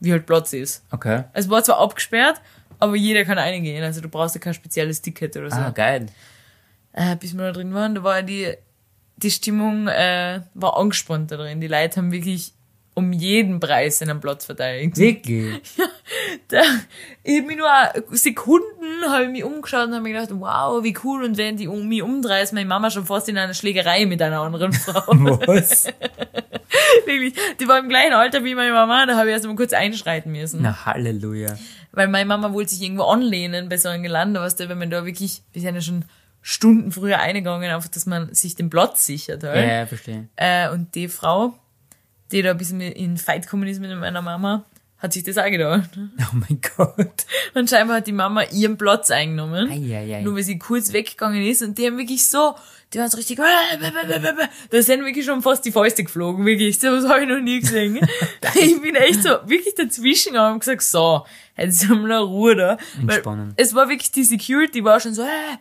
[SPEAKER 4] wie halt Platz ist.
[SPEAKER 3] Okay.
[SPEAKER 4] Es war zwar abgesperrt, aber jeder kann reingehen, also du brauchst ja kein spezielles Ticket oder so
[SPEAKER 3] Ah, geil.
[SPEAKER 4] äh, bis wir da drin waren, da war die, die Stimmung äh, war angespannt da drin. Die Leute haben wirklich um jeden Preis seinen Platz verteidigt.
[SPEAKER 3] Wirklich.
[SPEAKER 4] Da, ich hab mich nur Sekunden habe ich mich umgeschaut und habe mir gedacht, wow, wie cool. Und wenn die um mich umdreht, ist meine Mama schon fast in einer Schlägerei mit einer
[SPEAKER 3] *laughs*
[SPEAKER 4] anderen Frau.
[SPEAKER 3] Was?
[SPEAKER 4] Wirklich. Die war im gleichen Alter wie meine Mama, da habe ich erst mal kurz einschreiten müssen.
[SPEAKER 3] Na, Halleluja.
[SPEAKER 4] Weil meine Mama wollte sich irgendwo anlehnen bei so einem Gelände, weißt du, wenn man da wirklich, wir sind ja schon Stunden früher eingegangen, einfach, dass man sich den Platz sichert. Halt.
[SPEAKER 3] Ja, ja, verstehe.
[SPEAKER 4] Äh, und die Frau, die da ein bisschen in Fight gekommen ist mit meiner Mama, hat sich das auch gedacht. *laughs*
[SPEAKER 3] Oh mein Gott.
[SPEAKER 4] Und scheinbar hat die Mama ihren Platz eingenommen.
[SPEAKER 3] Eieiei.
[SPEAKER 4] Nur weil sie kurz weggegangen ist und die haben wirklich so, die waren so richtig, *laughs* da sind wirklich schon fast die Fäuste geflogen, wirklich, sowas habe ich noch nie gesehen. *laughs* ich bin echt so wirklich dazwischen gegangen und gesagt, so, jetzt haben wir Ruhe da. Weil
[SPEAKER 3] Entspannen.
[SPEAKER 4] es war wirklich, die Security war schon so, hey,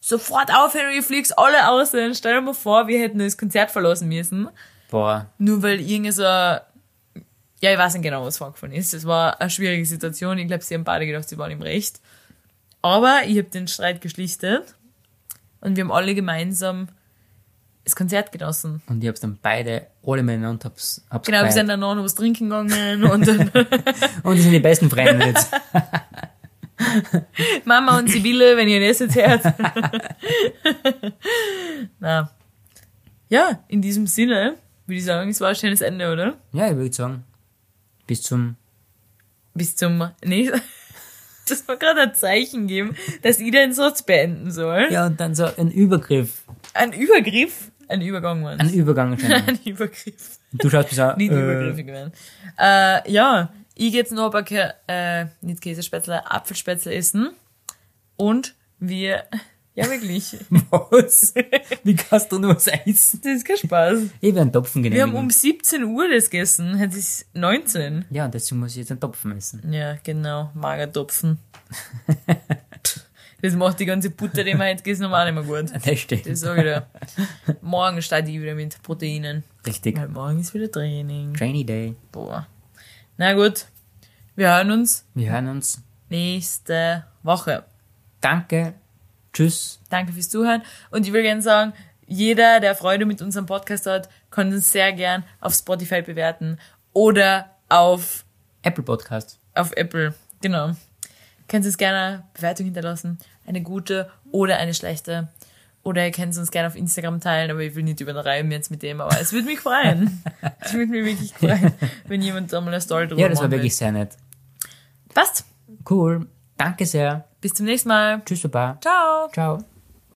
[SPEAKER 4] sofort aufhören, ihr fliegst alle aus, dann stell dir mal vor, wir hätten das Konzert verlassen müssen.
[SPEAKER 3] Boah.
[SPEAKER 4] Nur weil irgend so ein- ja, ich weiß nicht genau, was vorgefallen ist. Es war eine schwierige Situation. Ich glaube, sie haben beide gedacht, sie waren im Recht. Aber ich habe den Streit geschlichtet und wir haben alle gemeinsam das Konzert genossen.
[SPEAKER 3] Und ich hab's dann beide alle miteinander hab's, hab's
[SPEAKER 4] Genau, wir
[SPEAKER 3] gefeiert.
[SPEAKER 4] sind dann noch was trinken gegangen und dann *laughs*
[SPEAKER 3] Und die sind die besten Freunde jetzt.
[SPEAKER 4] Mama und Sibylle, wenn ihr das jetzt hört. *laughs* Na. Ja, in diesem Sinne würde ich sagen, es war ein schönes Ende, oder?
[SPEAKER 3] Ja, ich würde sagen, bis zum...
[SPEAKER 4] bis zum nächsten. *laughs* Das war gerade ein Zeichen geben, dass ich den Satz beenden soll.
[SPEAKER 3] Ja, und dann so ein Übergriff.
[SPEAKER 4] Ein Übergriff. Ein Übergang, Mann. *laughs*
[SPEAKER 3] Ein Übergang schon.
[SPEAKER 4] Ein Übergriff.
[SPEAKER 3] Du schaust mich an.
[SPEAKER 4] Nicht
[SPEAKER 3] äh,
[SPEAKER 4] übergriffig werden. Äh, ja, ich geh jetzt noch ein paar, Kä äh, nicht Käsespätzle, Apfelspätzle essen. Und wir, *laughs* ja wirklich, *laughs*
[SPEAKER 3] Was? Wie kannst du nur was essen?
[SPEAKER 4] das ist kein Spaß.
[SPEAKER 3] *laughs* Ich werde einen Topfen
[SPEAKER 4] Wir haben
[SPEAKER 3] genehmigen.
[SPEAKER 4] um 17 Uhr das gegessen, jetzt ist 19.
[SPEAKER 3] ja, und deswegen muss ich jetzt einen Topfen essen. *laughs*
[SPEAKER 4] Ja, genau, Magertopfen. Das macht die ganze Butter, die wir heute gegessen haben, auch nicht mehr gut.
[SPEAKER 3] Das steht.
[SPEAKER 4] Das sag ich dir. Äh, Morgen starte ich wieder mit Proteinen.
[SPEAKER 3] Richtig.
[SPEAKER 4] Weil morgen ist wieder Training.
[SPEAKER 3] Trainy Day.
[SPEAKER 4] Boah. Na gut. Wir hören uns
[SPEAKER 3] Wir hören uns.
[SPEAKER 4] nächste Woche.
[SPEAKER 3] Danke. Tschüss.
[SPEAKER 4] Danke fürs Zuhören. Und ich will gerne sagen, jeder, der Freude mit unserem Podcast hat, kann uns sehr gern auf Spotify bewerten oder auf,
[SPEAKER 3] Apple Podcast.
[SPEAKER 4] auf Apple. Genau. Könnt uns gerne eine Bewertung hinterlassen. Eine gute oder eine schlechte. Oder ihr könnt es uns gerne auf Instagram teilen, aber ich will nicht übertreiben jetzt mit dem, aber es würde mich
[SPEAKER 3] *laughs*
[SPEAKER 4] freuen. Es würde mich wirklich freuen, wenn jemand da mal eine Story drüber
[SPEAKER 3] Ja, das war
[SPEAKER 4] machen will.
[SPEAKER 3] wirklich sehr nett.
[SPEAKER 4] Passt.
[SPEAKER 3] Cool. Danke sehr.
[SPEAKER 4] Bis zum nächsten Mal.
[SPEAKER 3] Tschüss, Baba.
[SPEAKER 4] Ciao.
[SPEAKER 3] Ciao.